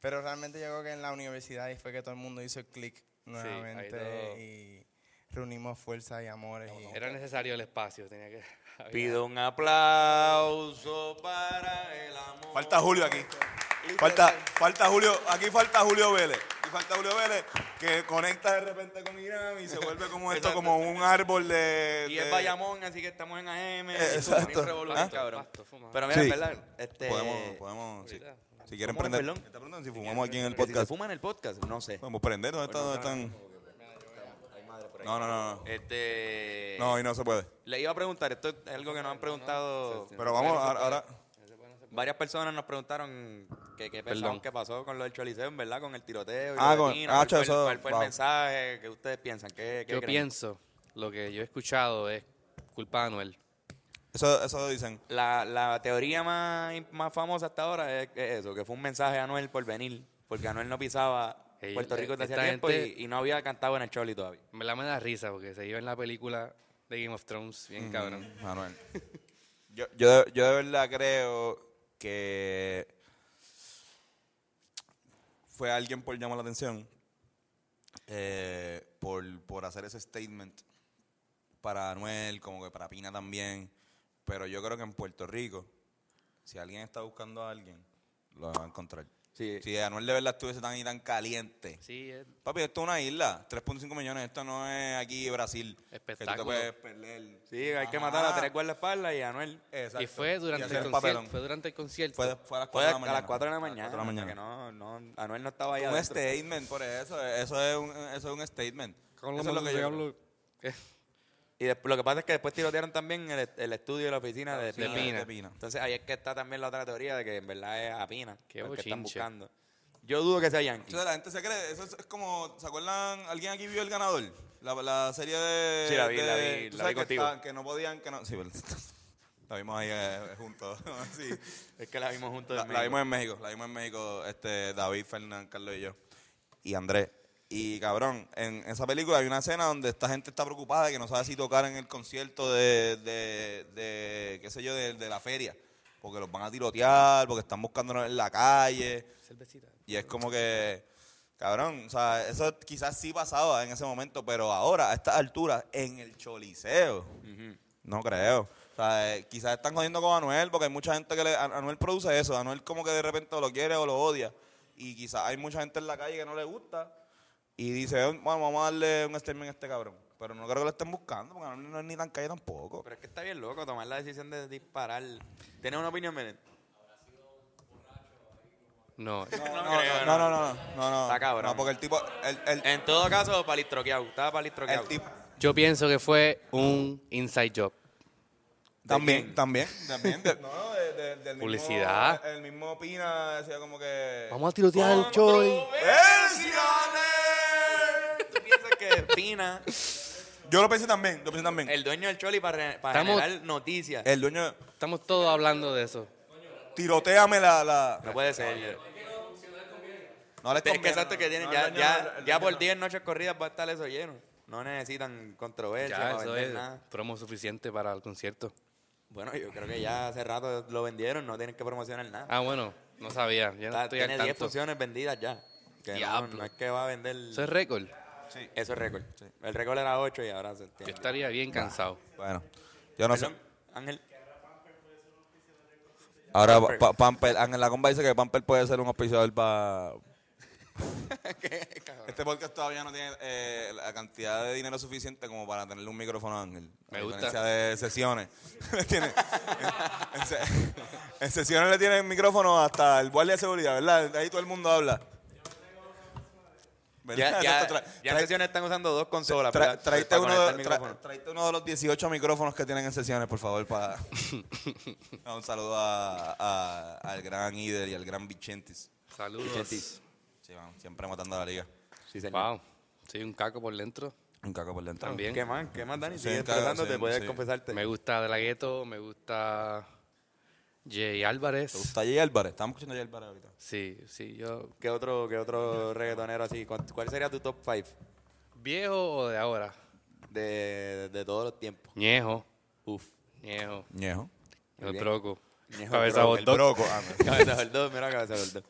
Pero realmente yo creo que en la universidad ahí fue que todo el mundo hizo el click nuevamente todo- y reunimos fuerzas y amores. y- Era necesario el espacio, tenía que... había- Pido un aplauso para el amor. Falta Julio aquí. Falta, falta Julio, aquí falta Julio Vélez. Aquí falta Julio Vélez que conecta de repente con Irán y se vuelve como esto, Exacto. como un árbol de. Y es de- Bayamón, así que estamos en AM. Eh, exacto. Exacto. Revolución, Ah. cabrón. Pasto, fuma. Pero mira, Sí. en verdad, este... Podemos, podemos, si, si quieren ¿Cómo es, prender. perdón? Está preguntando si fumamos aquí en el que Si se podcast. fuma en el podcast, no sé. Podemos prender, ¿dónde están? ¿Dónde están? No, no, no. Eh, no. Este... No, hoy no se puede. Le iba a preguntar, esto es algo que nos han preguntado... Pero vamos, ahora. ahora- Varias personas nos preguntaron que- qué pensaban que pasó con lo del Choliseo, en verdad, con el tiroteo. y Ah, lo de con- Nino, ah, ¿Cuál fue, el, eso- cuál fue el wow. mensaje que ustedes piensan? ¿Qué, qué Yo creen? pienso, lo que yo he escuchado es culpa de Anuel. Eso, eso dicen. La, la teoría más, más famosa hasta ahora es, es eso, que fue un mensaje a Anuel por venir, porque Anuel no pisaba Ey, Puerto Rico desde esta hacía tiempo gente- y, y no había cantado en el Choli todavía. Me la me da risa porque se iba en la película de Game of Thrones, bien cabrón. Manuel. Yo, yo, de- yo de verdad creo que fue alguien por llamar la atención, eh, por, por hacer ese statement para Anuel, como que para Pina también. Pero yo creo que en Puerto Rico, si alguien está buscando a alguien, lo va a encontrar. Sí. Si Anuel de verdad estuviese tan y tan caliente, Sí, es- Papi, esto es una isla, 3.5 millones, esto no es aquí Brasil. Espectáculo. Que tú te puedes perder. Sí, hay que Ajá. matar a tres guardaespaldas y a Anuel. Exacto. y fue durante, Y hacer el el concierto, papelón. fue durante el concierto. Fue, fue a las 4 Fue de a, la mañana. las 4 de la mañana. A las 4 de la o sea mañana. este. Que no, no, Anuel no estaba allá. Un adentro. statement, por eso. Eso es un, eso es un statement. Con eso es lo que yo hablo. ¿Qué? Y des- lo que pasa es que después tirotearon también el, el estudio y la oficina de, de Pina. Pina. Entonces ahí es que está también la otra teoría de que en verdad es a Pina. Qué el que están bochinche. buscando. Yo dudo que sea Yankee. Entonces la gente se cree, eso es, es como, ¿se acuerdan? ¿Alguien aquí vio El Ganador? La, la serie de... Sí, la vi, de- la vi, tú la vi sabes que contigo. estaban- que no podían, que no... Sí, pero- la vimos ahí eh, juntos. sí. Es que la vimos juntos. La, en la México. vimos en México, la vimos en México, este, David, Fernán, Carlos y yo. Y Andrés. Y cabrón, en esa película hay una escena donde esta gente está preocupada de que no sabe si tocar en el concierto de, de, de qué sé yo, de, de la feria. Porque los van a tirotear, porque están buscándonos en la calle. Y es como que, cabrón, o sea, eso quizás sí pasaba en ese momento, pero ahora, a estas alturas, en el choliseo, no creo. O sea, eh, quizás están jodiendo con Anuel, porque hay mucha gente que le, An- Anuel produce eso. Anuel como que de repente o lo quiere o lo odia. Y quizás hay mucha gente en la calle que no le gusta y dice, bueno, vamos a darle un statement a este cabrón. Pero no creo que lo estén buscando, porque Anuel no es ni tan calle tampoco. Pero es que está bien loco tomar la decisión de disparar. ¿Tienes una opinión, Menet? No, No, no, no, no, no, no, no. Está cabrón. No, porque el tipo, el, el, En todo caso, palistroqueado. Estaba palistroqueado. el tipo, yo pienso que fue un inside job. También, también, también. de- no, de- de- del mismo- Publicidad. el mismo Pina decía como que. Vamos a tirotear el Choli. ¡Versiones! ¿Tú piensas que Pina, Yo lo pensé también, lo pensé también. El, el dueño del Choli, para, re- para Estamos- generar noticias? dueño, Estamos todos hablando de eso. tiroteame la. la... No puede ser. No les Es que conviene. exacto que tienen, No, ya, el daño- ya, el ya daño por no. 10 noches corridas va a estar eso lleno. No necesitan controversia Ya, para eso vender es nada. promo suficiente para el concierto. Bueno, yo creo que ya hace rato lo vendieron, no tienen que promocionar nada. Ah, bueno, no sabía. Ya no Ah, Está- estoy al tiene 10 tanto. funciones vendidas ya. Que no, Diablo. no es que va a vender. Eso es récord. Eso es récord. El récord era 8 y ahora se Yo tiene. estaría bien cansado. Bueno, yo no sé. Perdón, Ángel. Ahora, Pamper. Pa- Pamper, Ángel La Comba dice que Pamper puede ser un auspiciador para. Este Este podcast todavía no tiene eh, la cantidad de dinero suficiente como para tenerle un micrófono a Ángel. Me a gusta. diferencia de sesiones. Le tiene- en, en se- en sesiones le tienen micrófono hasta el guardia de seguridad, ¿verdad? Ahí todo el mundo habla. Ya, ¿Verdad? ya, Esto tra- ya en trae- sesiones están usando dos consolas. Tra- para- traíte, para uno conectar de, el tra- micrófono. traíte uno de los 18 micrófonos que tienen en sesiones, por favor, para No, un saludo a- a- al gran Ider y al gran Vichentis. Saludos. Sí, vamos, siempre matando a la liga. Sí, señor. Wow. Soy un caco por dentro. Un caco por dentro. También. ¿Qué más? ¿Qué más, Dani? Sí, Sigues claro, expresándote, sí, puedes sí. confesarte. Me gusta De La Ghetto, me gusta Jay Álvarez. ¿Te gusta Jay Álvarez? Estamos escuchando a Jay Álvarez ahorita. Sí, sí, yo. ¿Qué otro, qué otro reggaetonero así? ¿Cuál cuál sería tu top 5 ¿Viejo o de ahora? de, de todos los tiempos? Ñejo. Uf. Ñejo. Ñejo. El bien. broco. Ñejo, Cabeza broco, El botón. broco. ah, no. Cabeza Gordó, mira Cabeza Gordó.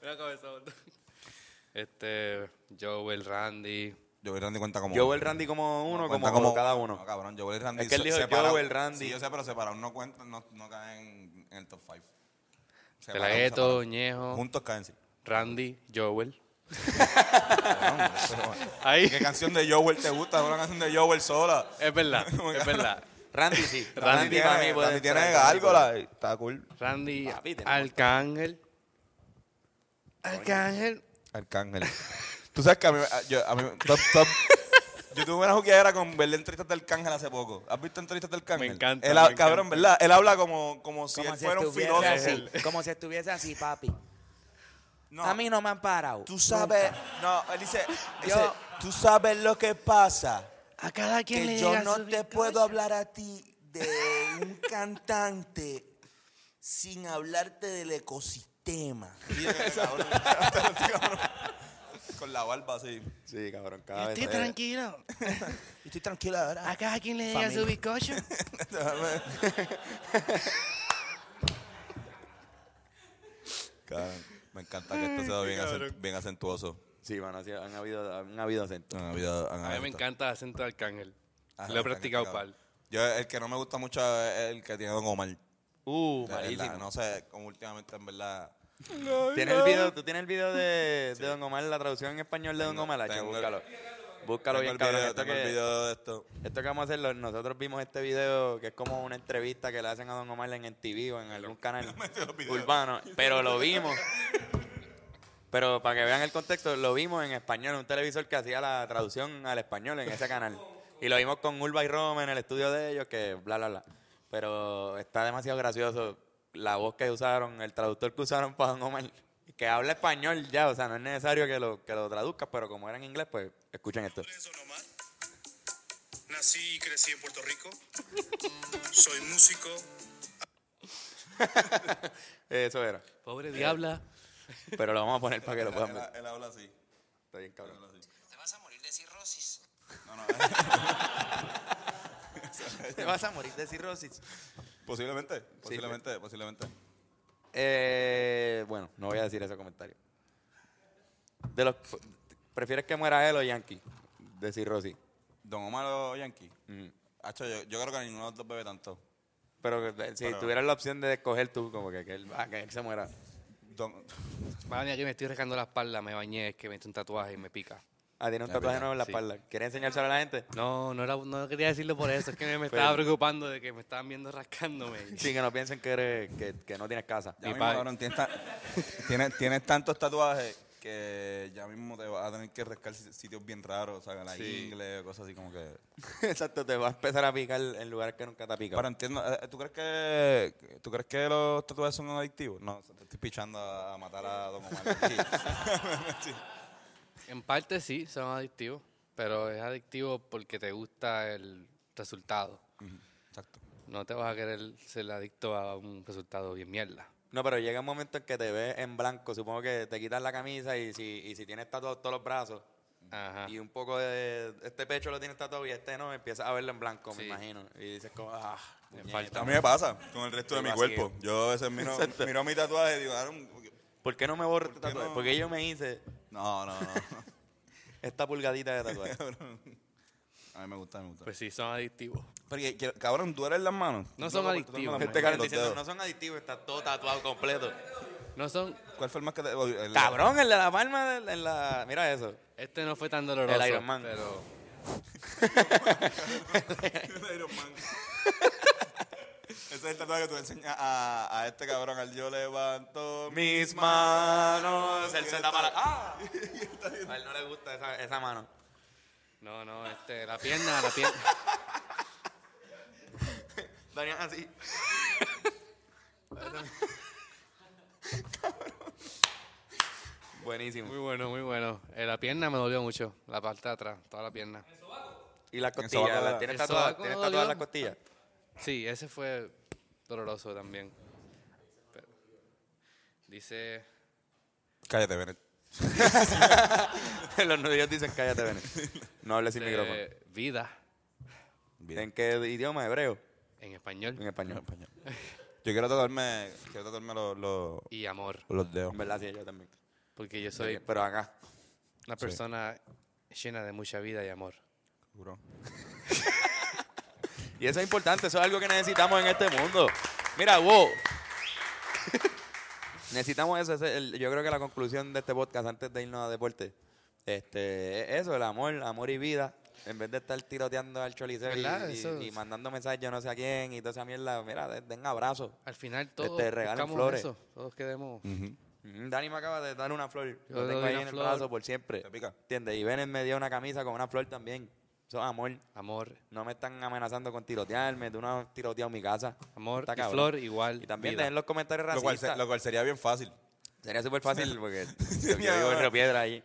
Este. Joel Randy. Joel Randy cuenta como... Joel Randy como uno, cuenta como, cada uno. No, cabrón, Joel y Randy Es que él se- dijo separado. Joel, Randy. Sí, yo sé, pero separados no cuentan, no, no caen en el top 5. De La Ghetto, Ñejo. Juntos caen, sí. Randy, Joel. Cabrón, pero bueno. Ahí. ¿Qué canción de Joel te gusta? Una canción de Joel sola. Es verdad, es verdad. Randy sí. Randy Randy, para mí tiene, puede Randy tiene entrar. gárgola. y Está cool. Randy Papi, tenemos Arcángel. Arcángel. Arcángel. Tú sabes que a mí, a- yo, a mí top, top. Yo tuve una juqueadera con verle entrevistas del Arcángel hace poco. ¿Has visto entrevistas del Arcángel? encanta, Él ha- me cabrón, encanta. ¿verdad? Él habla como, como si Como él si fuera un estuviera filósofo. así, Como si estuviese así, papi. No, A mí no me han parado. tú sabes. No, él dice, dice, Yo- tú sabes lo que pasa. A cada quien Que le yo llega no su te bizcocho. puedo hablar a ti de un cantante sin hablarte del ecosistema. Con la barba así. Sí, cabrón, Yo cada vez. Estoy eh. tranquilo. Estoy tranquila ahora. A cada quien le llega su bizcocho. Cabrón, me encanta que esto sea bien, acent- bien acentuoso. Sí, bueno, sí, han habido, han habido acentos. Han habido- han A mí habido me esto. encanta el acento de Arcángel. Ah, Lo he han practicado practicado. pal. Yo, el que no me gusta mucho es el que tiene Don Omar. Uh, De verdad, malísimo. no sé, como últimamente en verdad. ¿Tienes el video, ¿Tú tienes el video de, de Don Omar, la traducción en español de Don Tengo- Omar? Hacho? tengo el- búscalo. Búscalo bien, tengo el cabrón. video- Esto tengo el que, video de esto. esto que vamos a hacerlo, nosotros vimos este video que es como una entrevista que le hacen a Don Omar en TV o en algún canal urbano, pero lo vimos. Pero para que vean el contexto, lo vimos en español, en un televisor que hacía la traducción al español en ese canal. Y lo vimos con Urba y Roma en el estudio de ellos, que bla, bla, bla. Pero está demasiado gracioso la voz que usaron, el traductor que usaron para Don Omar, que habla español ya, o sea, no es necesario que lo, que lo traduzcas, pero como era en inglés, pues escuchen esto. Nací y crecí en Puerto Rico. Soy músico. Eso era. Pobre diabla. Pero lo vamos a poner para que lo puedan Él, ver. él habla así. Está bien, cabrón. Te vas a morir de cirrosis. Te vas a morir de cirrosis. Posiblemente, posiblemente, posiblemente. Eh, bueno, no voy a decir ese comentario. De los, ¿Prefieres que muera él o Yankee? De cirrosis. Don Omar o Yankee. Ujú. Hacho, yo, yo creo que ninguno de los dos bebe tanto. Pero eh, si Pero- tuvieras la opción de escoger tú, como que, que él, ah, que él se muera. Don, Madre mía, que me estoy rescando la espalda, me bañé, es que me hice un tatuaje y me pica. Ah, tiene un tatuaje nuevo en la sí. espalda. ¿Quieres enseñárselo a la gente? No, no, era, no quería decirlo por eso, es que me, me estaba preocupando de que me estaban viendo rascándome. Sin que no piensen que, eres- que, que no tienes casa. ya Mi mismo, padre. cabrón, tienes, ta- tienes, tienes tantos tatuajes que ya mismo te vas a tener que rescar si- sitios bien raros, o sea, la ingle, cosas así como que... Exacto, te va a empezar a picar en lugares que nunca te ha picado. Pero entiendo, eh, ¿tú crees que tú crees que los tatuajes son adictivos? No, te estoy pichando a a matar a Don Omar. aquí. En parte sí, son adictivos, pero es adictivo porque te gusta el resultado. Exacto. No te vas a querer ser adicto a un resultado bien mierda. No, pero llega un momento en que te ves en blanco. Supongo que te quitas la camisa y si, y si tienes tatuados todos los brazos Ajá. y un poco de. Este pecho lo tienes tatuado y este no, empiezas a verlo en blanco, me Sí. imagino. Y dices, como, ah, puñeta. A mí me pasa con el resto Lo de mi vacío. cuerpo. Yo a veces miro, miro mi tatuaje y digo, "Ah, no, ¿Por qué no me borro este qué tatuaje? no? Porque yo me hice No, no, no. esta pulgadita de tatuaje. A mí me gusta, me gusta. Pues sí, son adictivos. Porque, que- cabrón, tú eres las manos. No son Loco, tú tienes adictivos. las este manos, cabrón los diciendo, dedos. no son adictivos, está todo tatuado completo. No son. ¿Cuál fue el más que te.? o- el- Cabrón, el de la palma, de- en la. Mira eso. Este no fue tan doloroso. El Iron Man. Pero el Iron Man. Ese es el tatuaje que tú le enseñas a, a este cabrón. Al yo levanto. Mis manos. el El Z Z para- para. ¡Ah! A él no le gusta esa, esa mano. no, no, este, la pierna, la pierna. Darían así. Buenísimo. Muy bueno, muy bueno. Eh, la pierna me dolió mucho, la parte de atrás, toda la pierna. ¿Y las sobaco costillas? la- ¿Las tienes el tatuadas? sobaco ¿Tienes no tatuadas dolió. las costillas? Sí, ese fue doloroso también. Pero- dice, Cállate, Bennett. Los nudillos dicen cállate, ven. No hables sin eh, micrófono. vida ¿En qué idioma? ¿Hebreo? en español En español. Yo quiero tatuarme, quiero tatuarme los, los, y amor, los dedos. En verdad, sí, yo también. porque yo soy Pero acá. una persona llena de mucha vida y amor. Seguro. Y eso es importante, eso es algo que necesitamos en este mundo. Mira, wow. necesitamos eso. ese es el- yo creo que la conclusión de este podcast antes de irnos a deporte. Este, eso, el amor, amor y vida. En vez de estar tiroteando al choliseo y, ¿Verdad? y- Eso- y mandando mensajes yo no sé a quién y toda esa mierda, mira, de- den abrazos. Al final todos Este, regalen buscamos flores. eso, todos queremos. Mm, Dani me acaba de dar una flor. Yo Lo le tengo doy ahí una en el flor. brazo por siempre. ¿Te pica? ¿Entiendes? Y Benet me dio una camisa con una flor también. Eso es amor. Amor, No me están amenazando con tirotearme. Tú no has tiroteado mi casa. amor Está y cabrón. flor igual. Y también vida. dejen los comentarios Lo cual, se- racistas. lo cual sería bien fácil. Sería súper fácil porque yo vivo en Río Piedra ahí.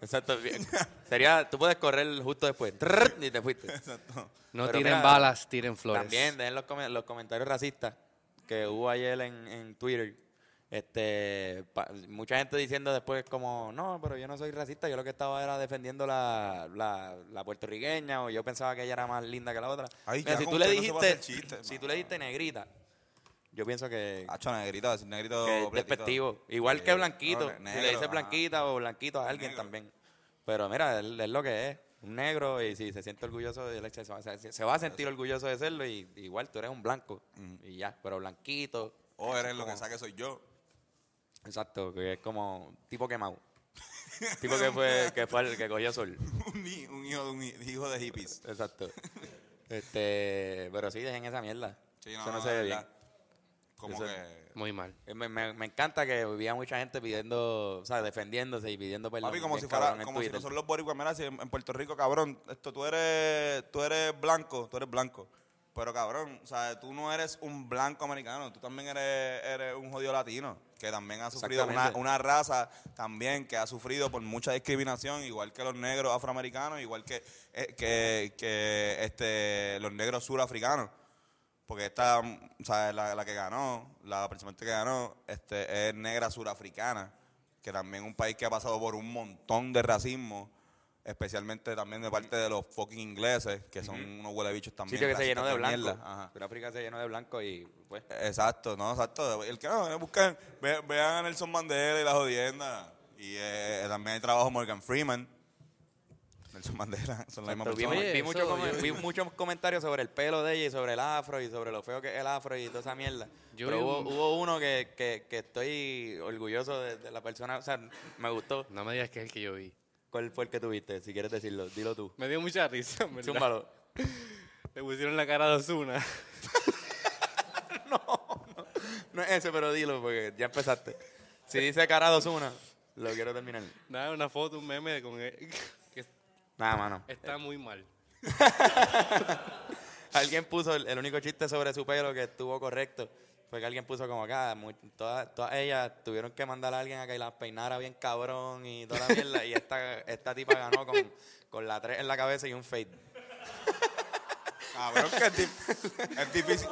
Exacto. bien. Sería, tú puedes correr justo después. Trrr, Y te fuiste. Pero No tiren mira, balas, tiren flores. También dejen los, come- los comentarios racistas que hubo ayer en, en Twitter. Este, pa- mucha gente diciendo después como, no, pero yo no soy racista, yo lo que estaba era defendiendo la, la, la puertorriqueña o yo pensaba que ella era más linda que la otra. Ay, Mira, ya, si con tú le usted no se puede dijiste, hacer chistes, si mano. tú le dijiste negrita, yo pienso que, Hacho, negrito, decir negrito. que es pretito. despectivo. Igual que Sí. blanquito. No, ne- si negro, le dices ajá. blanquita o blanquito a alguien Negro. también. Pero mira, él- es lo que es. Un negro y si se siente orgulloso de él, se va, se- se va a sentir orgulloso de serlo y igual tú eres un blanco y ya, pero blanquito. Mm. O eres lo que como- saque soy yo. Exacto, que es como tipo quemado. tipo que fue que fue el que cogió sol. un, hi- un hijo de un hi- hijo de hippies. Exacto. Este, pero sí dejen esa mierda. Sí, Eso no se ve bien. ¿verdad? Como Eso- que. Muy mal. Eh, Me, me- me encanta que había mucha gente pidiendo, o sea, defendiéndose y pidiendo perdón. Papi, como bien si cabrón fuera, en como si Twitter. nosotros los boricuas, mira, si en, en Puerto Rico, cabrón, esto tú eres, tú eres blanco, tú eres blanco. Pero cabrón, o sea, tú no eres un blanco americano, tú también eres, eres un jodido latino, que también ha sufrido una, Exactamente. una raza también que ha sufrido por mucha discriminación, igual que los negros afroamericanos, igual que, eh, que, que, este, los negros surafricanos. Porque esta, o sea, la, la que ganó, la presidente que ganó, este, es negra surafricana, que también es un país que ha pasado por un montón de racismo, especialmente también de parte de los fucking ingleses, que son unos huele bichos también. sitio que se racistas llenó de mierda. blanco. Ajá. Sudáfrica se llenó de blanco y pues. Exacto, no, exacto. El que no, eh, busquen, ve- vean a Nelson Mandela y la jodienda. Y eh, también hay trabajo de Morgan Freeman. Nelson Mandela, son las mismas vi, personas. pues, vi eso, mucho com- yo- vi muchos comentarios sobre el pelo de ella y sobre el afro y sobre lo feo que es el afro y toda esa mierda. Yo Pero vi hubo, un- hubo uno que, que- que estoy orgulloso de, de la persona, o sea, me gustó. No me digas que es el que yo vi. ¿Cuál fue el que tuviste? Si quieres decirlo, dilo tú. Me dio mucha risa, en ¿verdad? Chúmbalo. Le pusieron la cara de Osuna. No es ese, pero dilo porque ya empezaste. Si dice cara una, lo quiero terminar. Nada, una foto, un meme de con él. que Nada, mano. está muy mal. Alguien puso el, el único chiste sobre su pelo que estuvo correcto. Fue que alguien puso como acá, mu- todas, todas ellas tuvieron que mandar a alguien a que las peinara bien cabrón y toda la mierda. y esta, esta tipa ganó con, con la 3 en la cabeza y un fade. Cabrón, que es, di- es difícil.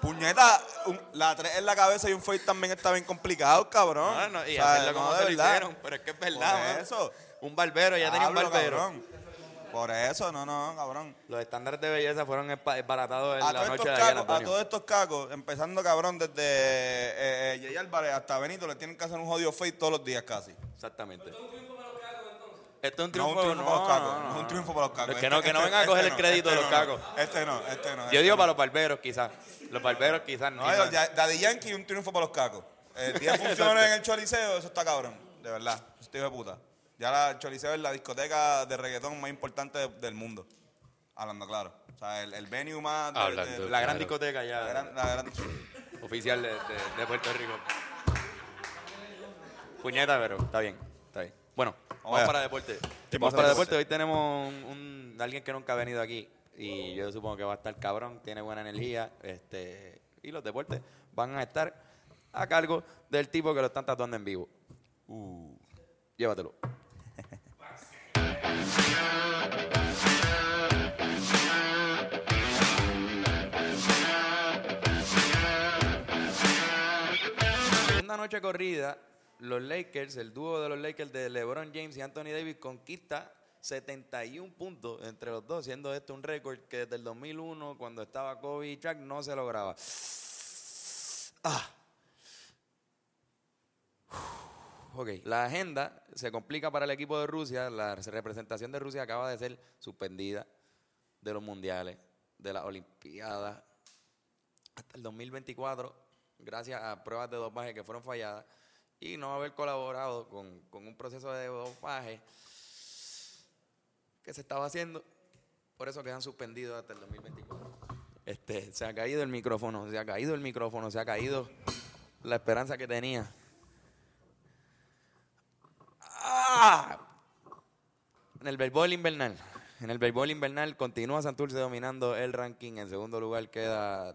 Puñeta, un- la 3 en la cabeza y un face también está bien complicado, cabrón. No, no, y O sea, hacerlo como no, de se lo verdad. hicieron, pero es que es verdad, Por mano. eso. Un barbero, ya tenía un Diablo, barbero. cabrón. Por eso, no, no, cabrón. Los estándares de belleza fueron espa- esbaratados en A la todos, noche estos de ayer, cacos, a Antonio. todos estos cacos, empezando cabrón desde eh, eh, Jay Álvarez hasta Benito, le tienen que hacer un jodido face todos los días casi. Exactamente. Esto es un No triunfo un triunfo para los no, cacos, no, no, no. un triunfo para los cacos. Es que no, que no vengan a coger el crédito de este los no, no. cacos. Este no, este no. Yo este digo no. para los barberos, quizás. Los barberos, quizás no. No, yo, ya- Daddy Yankee, un triunfo para los cacos. Eh, 10 funciones en el Choliseo, eso está cabrón. De verdad, eso está hijo de puta. Ya la, el Choliseo es la discoteca de reggaetón más importante de- del mundo. Hablando claro. O sea, el, el venue más. de- de- Eh, la de- gran la discoteca ya eh, gran- la gran- oficial de, de- de Puerto Rico. Puñeta, pero está bien, está bien. Bueno, vamos allá. para deporte. Vamos pasa para en deporte. Hoy tenemos un, un- alguien que nunca ha venido aquí y yo supongo que va a estar cabrón, tiene buena energía, este y los deportes van a estar a cargo del tipo que lo están tatuando en vivo. Uh. Llévatelo. Segunda noche corrida, los Lakers, el dúo de los Lakers de LeBron James y Anthony Davis conquista 71 puntos entre los dos, siendo este un récord que desde el 2001, cuando estaba Kobe y Shaq, no se lograba. Ah. Ok, la agenda se complica para el equipo de Rusia. La representación de Rusia acaba de ser suspendida de los mundiales, de las Olimpiadas, hasta el 2024, gracias a pruebas de dopaje que fueron falladas y no haber colaborado con, con un proceso de dopaje que se estaba haciendo. Por eso quedan suspendidos hasta el 2024. Este, se ha caído el micrófono, se ha caído el micrófono, se ha caído la esperanza que tenía. ¡Ah! En el béisbol invernal. En el béisbol invernal continúa Santurce dominando el ranking. En segundo lugar queda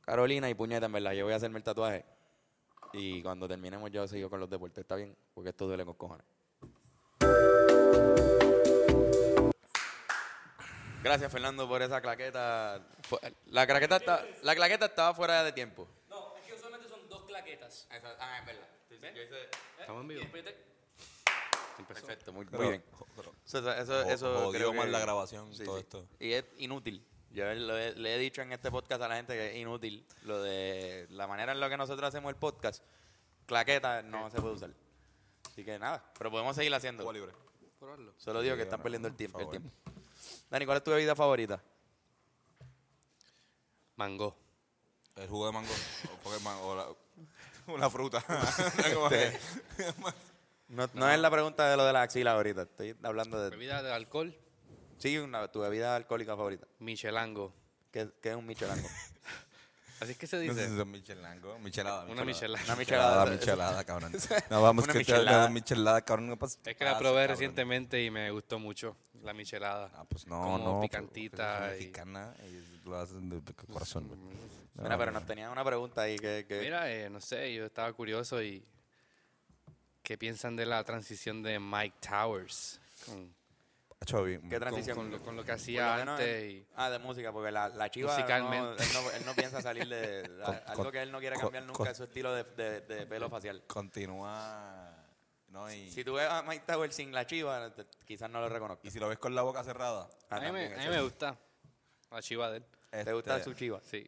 Carolina y puñeta, en verdad. Yo voy a hacerme el tatuaje. Y cuando terminemos, yo sigo con los deportes. Está bien, porque esto duele con cojones. Gracias, Fernando, por esa claqueta. Fu- La claqueta, está- la claqueta estaba fuera de tiempo. No, es que usualmente son dos claquetas. Ah, es verdad. Estamos en vivo. Espérate. Perfecto, muy, muy Pero- bien. Eso, eso, eso- Jo- eso jodió creo más la grabación, todo esto. Y es inútil. Yo lo he- le he dicho en este podcast a la gente que es inútil lo de la manera en la que nosotros hacemos el podcast. Claqueta no se puede usar. Así que nada, pero podemos seguir haciendo. Cuba libre. Solo digo que están no, perdiendo el por tiempo, el favor. tiempo. Dani, ¿cuál es tu bebida favorita? Mango. El jugo de mango. O, Pokémon, o la, una fruta. Como que- No, no es la pregunta de lo de la axila ahorita. Estoy hablando de. Bebida de alcohol, Sí, una- tu bebida alcohólica favorita. Michelango. Que, que es un michelango. Así es que se no sé si dice. son michelango. Michelada. Una Michelango. Una Michelada, michelada. michelada, cabrón. No, vamos Una que te michelada. una michelada, cabrón. no pasa- Es que la pasa, probé Ah, cabrón. recientemente y me gustó mucho la michelada. Ah, pues no, Como no. pues, porque picantita. es y- mexicana y lo hacen de de corazón. güey. No, Mira, pero no. nos tenían una pregunta ahí que. que- Mira, eh, no sé, yo estaba curioso y ¿qué piensan de la transición de Mike Towers con, Hacho, bien. ¿Qué con- transición? con lo, con lo que Por lo hacía menos antes? en- Y, ah, de música, porque la, la chiva. No, Musicalmente. él, no, él no piensa salir de. a- Con- algo con- que él no quiere con- cambiar nunca con- es su estilo de, de- de pelo facial. Continúa. No, y, Si tú ves a Mike Tower sin la chiva, te- quizás no lo reconozcas. y si lo ves con la boca cerrada. Ah, a mí, me, también a mí eso. me gusta la chiva de él. ¿Te gusta este, su chiva? Sí.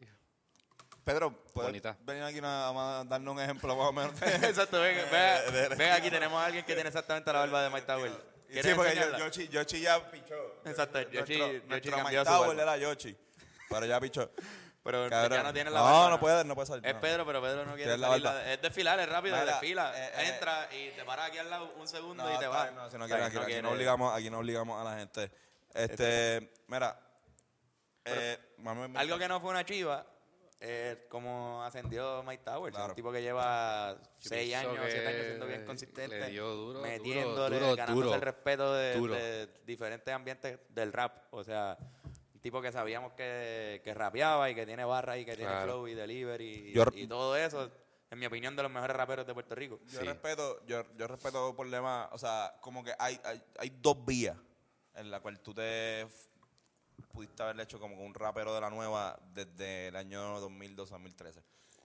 Pedro, ¿puedes Bonita. venir aquí una- a darnos un ejemplo más o menos? Exacto, ven, Eh, de- ven, de- ven aquí, tenemos a alguien que tiene exactamente la barba de Mike Tower. ¿Quieres Sí, porque yo, enseñarla? Yoshi, Yoshi ya pichó. Exacto, Nuestro- Yoshi- Yoshi nuestro cambió Mike su Tower barba. era Yoshi, pero ya pichó. Pero Cabrón. ya no tiene la No, barba. no puede, no puede salir, Es no. Pedro, pero Pedro no quiere Tiene la salir. barba. la- es desfilar, es rápido, Mira, desfila. eh, eh, entra y te paras aquí al lado un segundo y te está vas. bien, no, si no Está quieren, bien, aquí, aquí quiere. no obligamos, aquí no obligamos a la gente. Este, mira, eh, mami- Algo que no fue una chiva, eh, como ascendió Mike Towers, Claro. un tipo que lleva seis pienso años, siete que años siendo bien le consistente, dio duro, metiéndole, duro, duro, ganándose duro, el respeto de, duro. de diferentes ambientes del rap. O sea, un tipo que sabíamos que, que rapeaba y que tiene barra y que tiene Claro. flow y delivery y, Yo- y todo eso, en mi opinión, de los mejores raperos de Puerto Rico. Yo Sí. respeto, yo, yo respeto por demás, o sea, como que hay, hay, hay dos vías en la cual tú te f- pudiste haberle hecho como con un rapero de la nueva desde el año 2002-2013.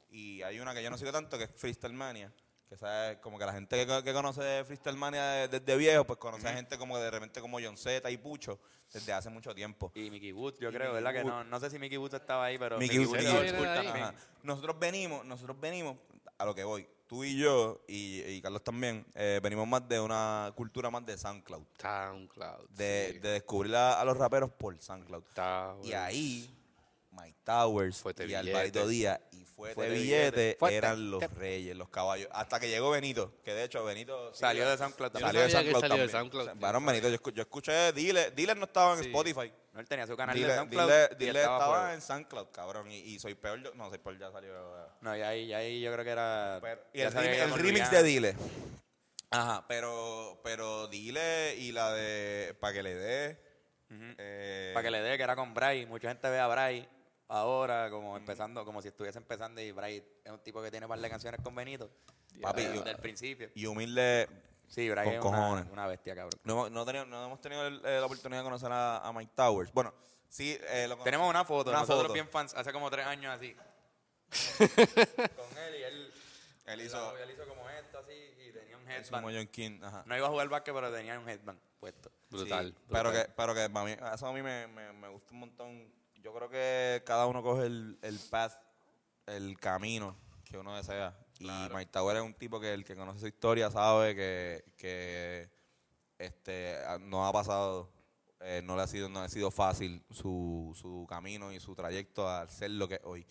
Y hay una que yo no sigo tanto, que es Freestyle Mania. Que sabes, como que la gente que, que conoce Freestyle Mania de- desde viejo, pues conoce a gente como que de repente como John Z y Pucho desde hace mucho tiempo. Y Mickey Woods, yo creo, Mickey ¿verdad? Que Woods. no, no sé si Mickey Woods estaba ahí, pero. Mickey Woods, Woods Mickey era Woods, cool era también. Ajá. Nosotros venimos, nosotros venimos a lo que voy. Tú y yo, y, y Carlos también, eh, venimos más de una cultura más de SoundCloud. SoundCloud. De, sí. de descubrir a, a los raperos por SoundCloud. Towers. Y ahí, Mike Towers Fuete y Billete. Alvarito Díaz y Fuete, Fuete Billete, Billete. Fuerte. eran los reyes, los caballos. Hasta que llegó Benito, que de hecho Benito... sí, Salió yo- de SoundCloud Salió también. de sabía que SoundCloud salió también. de SoundCloud, O sea, sí, varón sabía. Benito, yo, escu- yo escuché Dealer, Dealer no estaba en Sí. Spotify. No, él tenía su canal de Dile, SoundCloud. dile, y dile estaba estaba fuego. en SoundCloud, cabrón. Y, y soy peor yo. No, soy peor ya salió. eh, No, y ahí, y ahí yo creo que era. pero- y ya el, sabía remi- que el con remix Rihanna. de Dile. Ajá, pero, pero Dile y la de Pa' que le dé. eh, Para que le dé, que era con Bray. Mucha gente ve a Bray ahora como empezando, como si estuviese empezando y Bray es un tipo que tiene par de canciones con Benito. Papi, Desde yo- el principio. Y humilde. Sí, Bray con es una, cojones. una bestia, cabrón. No, hemos- no, teni- no hemos tenido el- eh, la oportunidad de conocer a, a Mike Towers. Bueno, sí, eh, lo conocí- Tenemos una foto, Una nosotros foto. bien fans, hace como tres años así. con él y él, Él hizo. hizo, él hizo como esto así y tenía un hizo como headband. John King. Ajá. No iba a jugar básquet, pero tenía un headband puesto. Brutal. Sí, pero que, pero que para mí, eso a mí me, me- me gusta un montón. Yo creo que cada uno coge el, el path, el camino que uno desea. Y Mike Tower es un tipo que el que conoce su historia sabe que, que, este a- no ha pasado, eh, no le ha sido, no ha sido fácil su, su camino y su trayecto al ser lo que es hoy.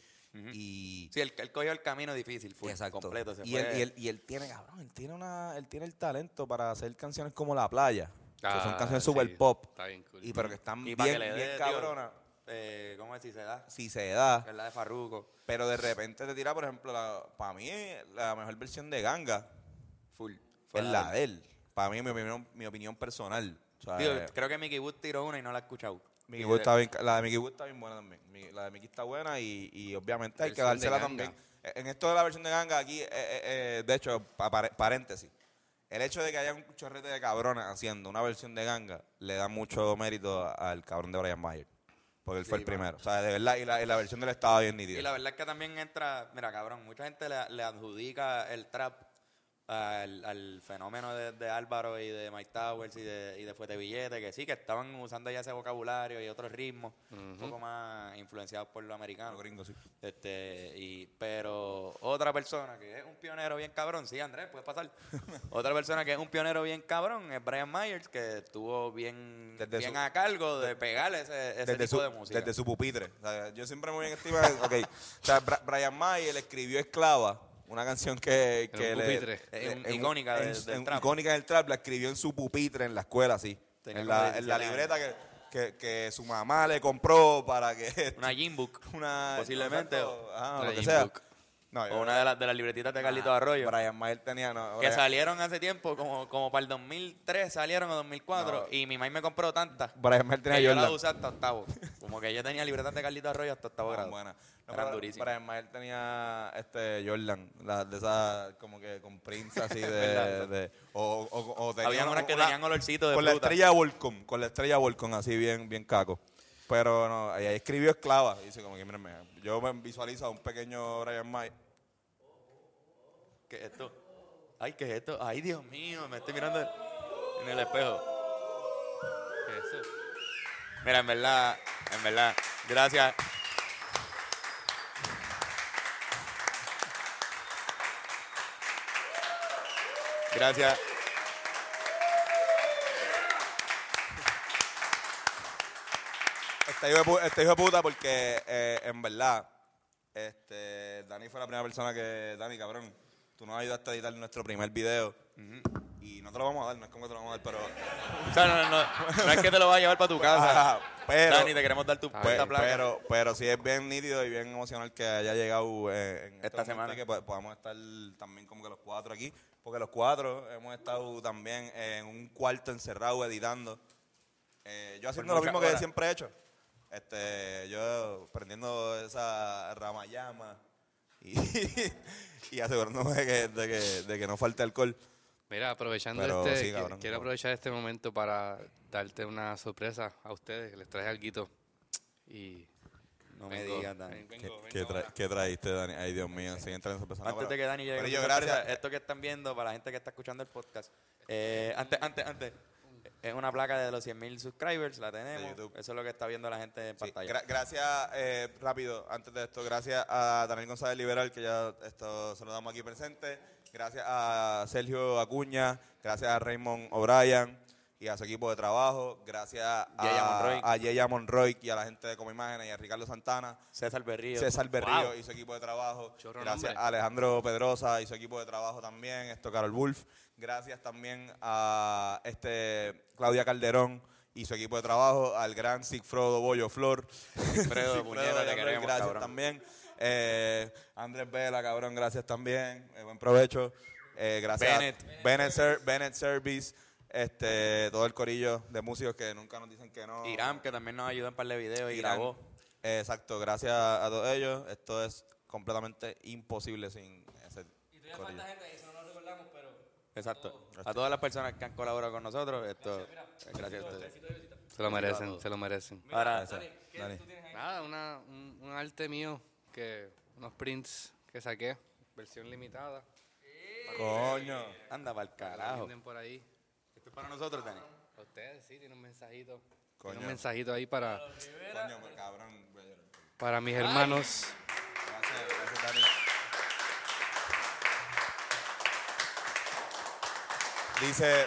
Y Sí, él, él cogió el camino difícil, fue Exacto. completo. Se y, fue. él, y, él, y él tiene, cabrón, él tiene, una, él tiene el talento para hacer canciones como La Playa, que son Ah, canciones sí, super pop, está bien cool. y pero que están Y bien, pa' que le dé, bien tío. cabronas, Eh, ¿Cómo es si se da? si se da, Que es la de Farruko, pero de repente te tira, por ejemplo, para mí la mejor versión de Ganga full. Fue es la de él, para mí mi opinión, mi opinión personal. O sea, Digo, eh, creo que Mickey Woods tiró una y no la he escuchado. Mickey Y Woods de- está bien, la de Mickey Woods está bien buena también. Mi- La de Mickey está buena y, y obviamente hay que Versión de dársela Ganga. también. Eh, En esto de la versión de Ganga, aquí, eh, eh, eh, de hecho, pa- pare- paréntesis. El hecho de que haya un chorrete de cabrones haciendo una versión de Ganga le da mucho mérito a- al cabrón de Brian Mayer. Porque él fue el primero. O sea, de verdad, y la, y la versión de él estaba bien nítida. Y la verdad es que también entra, mira cabrón, mucha gente le, le adjudica el trap al, al fenómeno de, de Álvaro y de Mike Towers y de, y de Fuete Billete, que sí, que estaban usando ya ese vocabulario y otros ritmos, un poco más influenciados por lo americano. Los gringos, sí. Este, y, pero otra persona que es un pionero bien cabrón, sí, Andrés, puede pasar. otra persona que es un pionero bien cabrón es Brian Myers, que estuvo bien, Desde bien su- a cargo de pegar ese, ese desde tipo su, de música. Desde su pupitre. O sea, yo siempre me voy en estima. ok. O sea, Bra- Brian Mayer escribió Esclava, una canción que, que un le- pupitre. En- icónica en- del- del en- trap. icónica del trap, la escribió en su pupitre en la escuela, sí. Tenía en como la, en la 17 libreta que, que, que su mamá le compró para que. Una Jim Book. una- posiblemente, o- ajá, una lo que Jim sea. Book. No, yo- O una de las de las libretitas de Carlito Arroyo. Brian Mayer tenía. no, que Brian- salieron hace tiempo, como, como para el 2003 salieron o 2004. Y mi mamá me compró tantas. Brian Mayer tenía que yo las Jordan. Ah, usé hasta octavo. Como que yo tenía libretas de Carlito Arroyo hasta octavo Estaban grado. buenas. No, Eran pero durísimas. Brian Mayer tenía este Jordan, la, de esas como que con prints así de. verdad. de- o, o, o tenía Habían una- unas que una- tenían olorcito de Con la fruta. estrella Volcom, con la estrella Volcom, así bien, bien caco. Pero no, ahí ahí escribió esclava. Y dice como que mírenme, yo me visualizo a un pequeño Brian Mayer. ¿Qué es esto? Ay, ¿qué es esto? Ay, Dios mío, me estoy mirando en el espejo. ¿Qué es eso? Mira, en verdad, en verdad, gracias. Gracias. Este hijo de, pu- este hijo de puta porque eh, en verdad, este, Dani fue la primera persona que, Dani cabrón, tú nos ayudaste a editar nuestro primer video. Y no te lo vamos a dar, no es como que te lo vamos a dar, pero... O sea, no, no, no, no es que te lo vas a llevar para tu casa. Ajá, pero, Dani, te queremos dar tu pe- puerta placa. pero, pero sí es bien nítido y bien emocional que haya llegado eh, en este Esta momento semana. y que po- podamos estar también como que los cuatro aquí, porque los cuatro hemos estado también en un cuarto encerrado editando. Eh, yo haciendo lo muchas mismo que horas. siempre he hecho. Este, yo prendiendo esa ramayama y, y asegurándome de que, de, que, de que no falte alcohol. Mira, aprovechando Pero este, sí, qui- cabrón, quiero no. aprovechar este momento para darte una sorpresa a ustedes. Les traje algo. Y No me Vengo. digas, Dani. vengo, ¿Qué, vengo qué tra- ahora. qué traíste, Dani? Ay, Dios mío, si entran en sorpresa. No, Antes pero- de que Dani llegue, pero a yo, esa sorpresa, gracias. esto que están viendo, para la gente que está escuchando el podcast, eh, antes, antes, antes, es una placa de los 100.000 subscribers, la tenemos. YouTube. Eso es lo que está viendo la gente en Sí, pantalla. gra- gracias, eh, rápido, antes de esto, gracias a Daniel González Liberal, que ya esto, se lo damos aquí presente. Gracias a Sergio Acuña, gracias a Raymond O'Brien y a su equipo de trabajo. Gracias Yeya a Monroy. a Yeya Monroy y a la gente de Como Imágenes y a Ricardo Santana. César Berrío. César Berrío pues, Wow. y su equipo de trabajo. Chorro Gracias nombre. a Alejandro Pedrosa y su equipo de trabajo también. Esto, Carol Wolf. Gracias también a este Claudia Calderón y su equipo de trabajo. Al gran Sigfrodo Bollo Flor. Sigfredo, puñeta, te Boyo Flor, queremos, gracias cabrón. también. Eh, Andrés Vela, cabrón, gracias también. Eh, buen provecho. Eh, gracias. a Bennett. Bennett, Ser- Bennett Service. Este, todo el corillo de músicos que nunca nos dicen que no. Irán, que también nos ayudó en par de videos y Irán. grabó. Eh, exacto, gracias a a todos ellos. Esto es completamente imposible sin ese Y todavía corillo. falta gente, eso no lo recordamos, pero. Exacto. A todas las personas que han colaborado con nosotros, esto gracias a ustedes. Se lo merecen, se lo merecen. Ahora, Dani, ¿Qué Dani. tú tienes ahí? Nada, una, un, un arte mío, que unos prints que saqué, versión limitada. Coño. anda para el Carajo. carajo. por ahí. Esto es para nosotros, Dani. A ustedes sí, tienen un mensajito. Coño. Tiene un mensajito ahí para, Coño, pues, cabrón. voy a llorar. para mis hermanos. Gracias, gracias, Dani. Dice,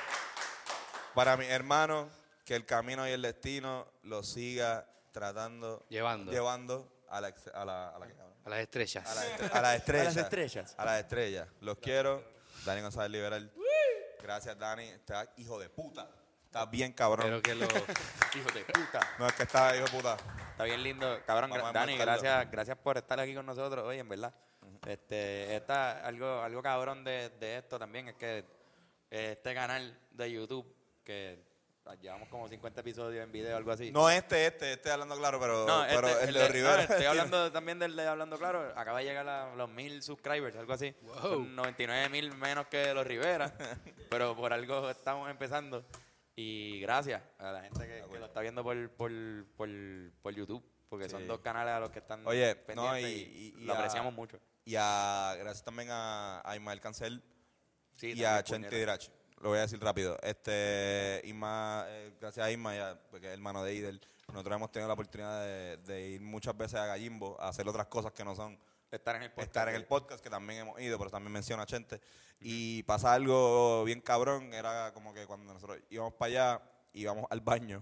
para mi hermano, que el camino y el destino lo siga tratando, Llevando. llevando a la, ex- a la, a la- cabrón. A las estrellas. Ah, A las estre- a las A estrellas. las estrellas. A las estrellas. Los quiero. Dani González Liberal. Gracias, Dani. Estás hijo de puta. Estás bien cabrón. Espero que lo. Hijo de puta. No es que estás hijo de puputa. Está bien lindo. Cabrón, Vamos a gra- Dani, demostrarlo. gracias, gracias por estar aquí con nosotros hoy, en verdad. Este, está algo, algo cabrón de, de esto también, es que eh, este canal de YouTube, que ah, llevamos como 50 episodios en video o algo así. No este, este, este hablando claro, pero, No, pero este- el de Rivera. no, estoy hablando también del de Hablando Claro. Acaba de llegar a los mil subscribers, algo así. Son 99 mil menos que los Rivera. pero por algo estamos empezando. Y gracias a la Ah, gente que, que lo está viendo por, por, por, por YouTube. Porque Sí. son dos canales a los que están Oye, no, pendientes y- y- y lo a- apreciamos mucho. Y a, gracias también a, a Ismael Cancel Sí, y también, a Chente puñeta. Dirach. Lo voy a decir rápido. Este, Isma, eh, gracias a Isma, ya, porque es hermano de Idel. Nosotros hemos tenido la oportunidad de, de ir muchas veces a Gallimbo a hacer otras cosas que no son Estar en el podcast. estar en el podcast, que también hemos ido, pero también menciona a Chente. Y pasa algo bien cabrón, era como que cuando nosotros íbamos para allá, íbamos al baño.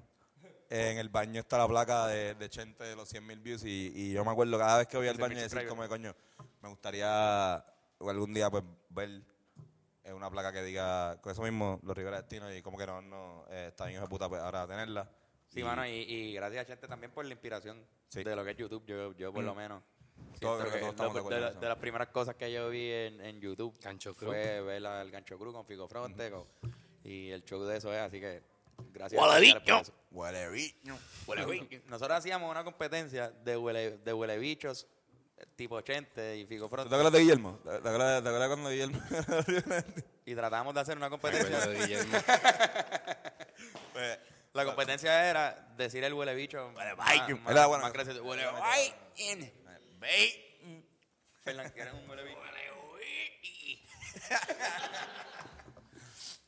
En el baño está la placa de, de Chente de los 100.000 mil views y, y yo me acuerdo cada vez que voy Ese al es mi baño decir subscriber. como de coño, me gustaría o algún día pues ver eh, una placa que diga con eso mismo los Rivera Destino y como que no, no, eh, está bien hijo de puta pues ahora tenerla. Sí, Y- mano, y, y gracias a Chente también por la inspiración Sí. Mm. de lo que es YouTube. Yo, yo por lo menos. Todo, siento creo que que todos lo- estamos de pues, de, acuerdo eh, en la- eso. de las primeras cosas que yo vi en, en YouTube Gancho Cruz. fue ver la- el Gancho Cruz con Figo Fronte con- y el show de eso es, así que gracias. Huele gracias por bicho. eso. Huele bicho. Nosotros hacíamos una competencia de huele, de huelebichos eh, tipo Chente y Figo ¿Tú te Fronte acuerdas de Guillermo? ¿Te te acuerdas, te acuerdas cuando Guillermo y tratábamos de hacer una competencia. Bueno, Guillermo. Pues, La competencia era decir el huelebicho bicho. Era bueno. gracioso. Huele bicho. Fernan, ¿quieres un huelebicho?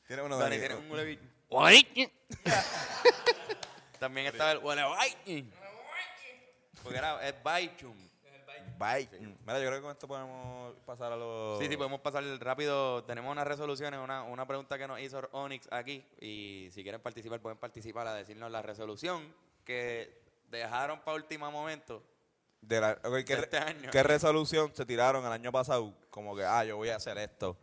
Tiene uno Dani, Dani. ¿tienes un huele bicho? También estaba el huele bicho. Porque era, es bichum. Bye. Mm, Mira, yo creo que con esto podemos pasar a los. Sí, sí, podemos pasar rápido. Tenemos unas resoluciones, una, una pregunta que nos hizo Onyx aquí. Y si quieren participar, pueden participar a decirnos la resolución que dejaron para último momento. De la- ok, ¿qué, re- Este año. qué resolución se tiraron el año pasado? Como que, ah, yo voy a hacer esto.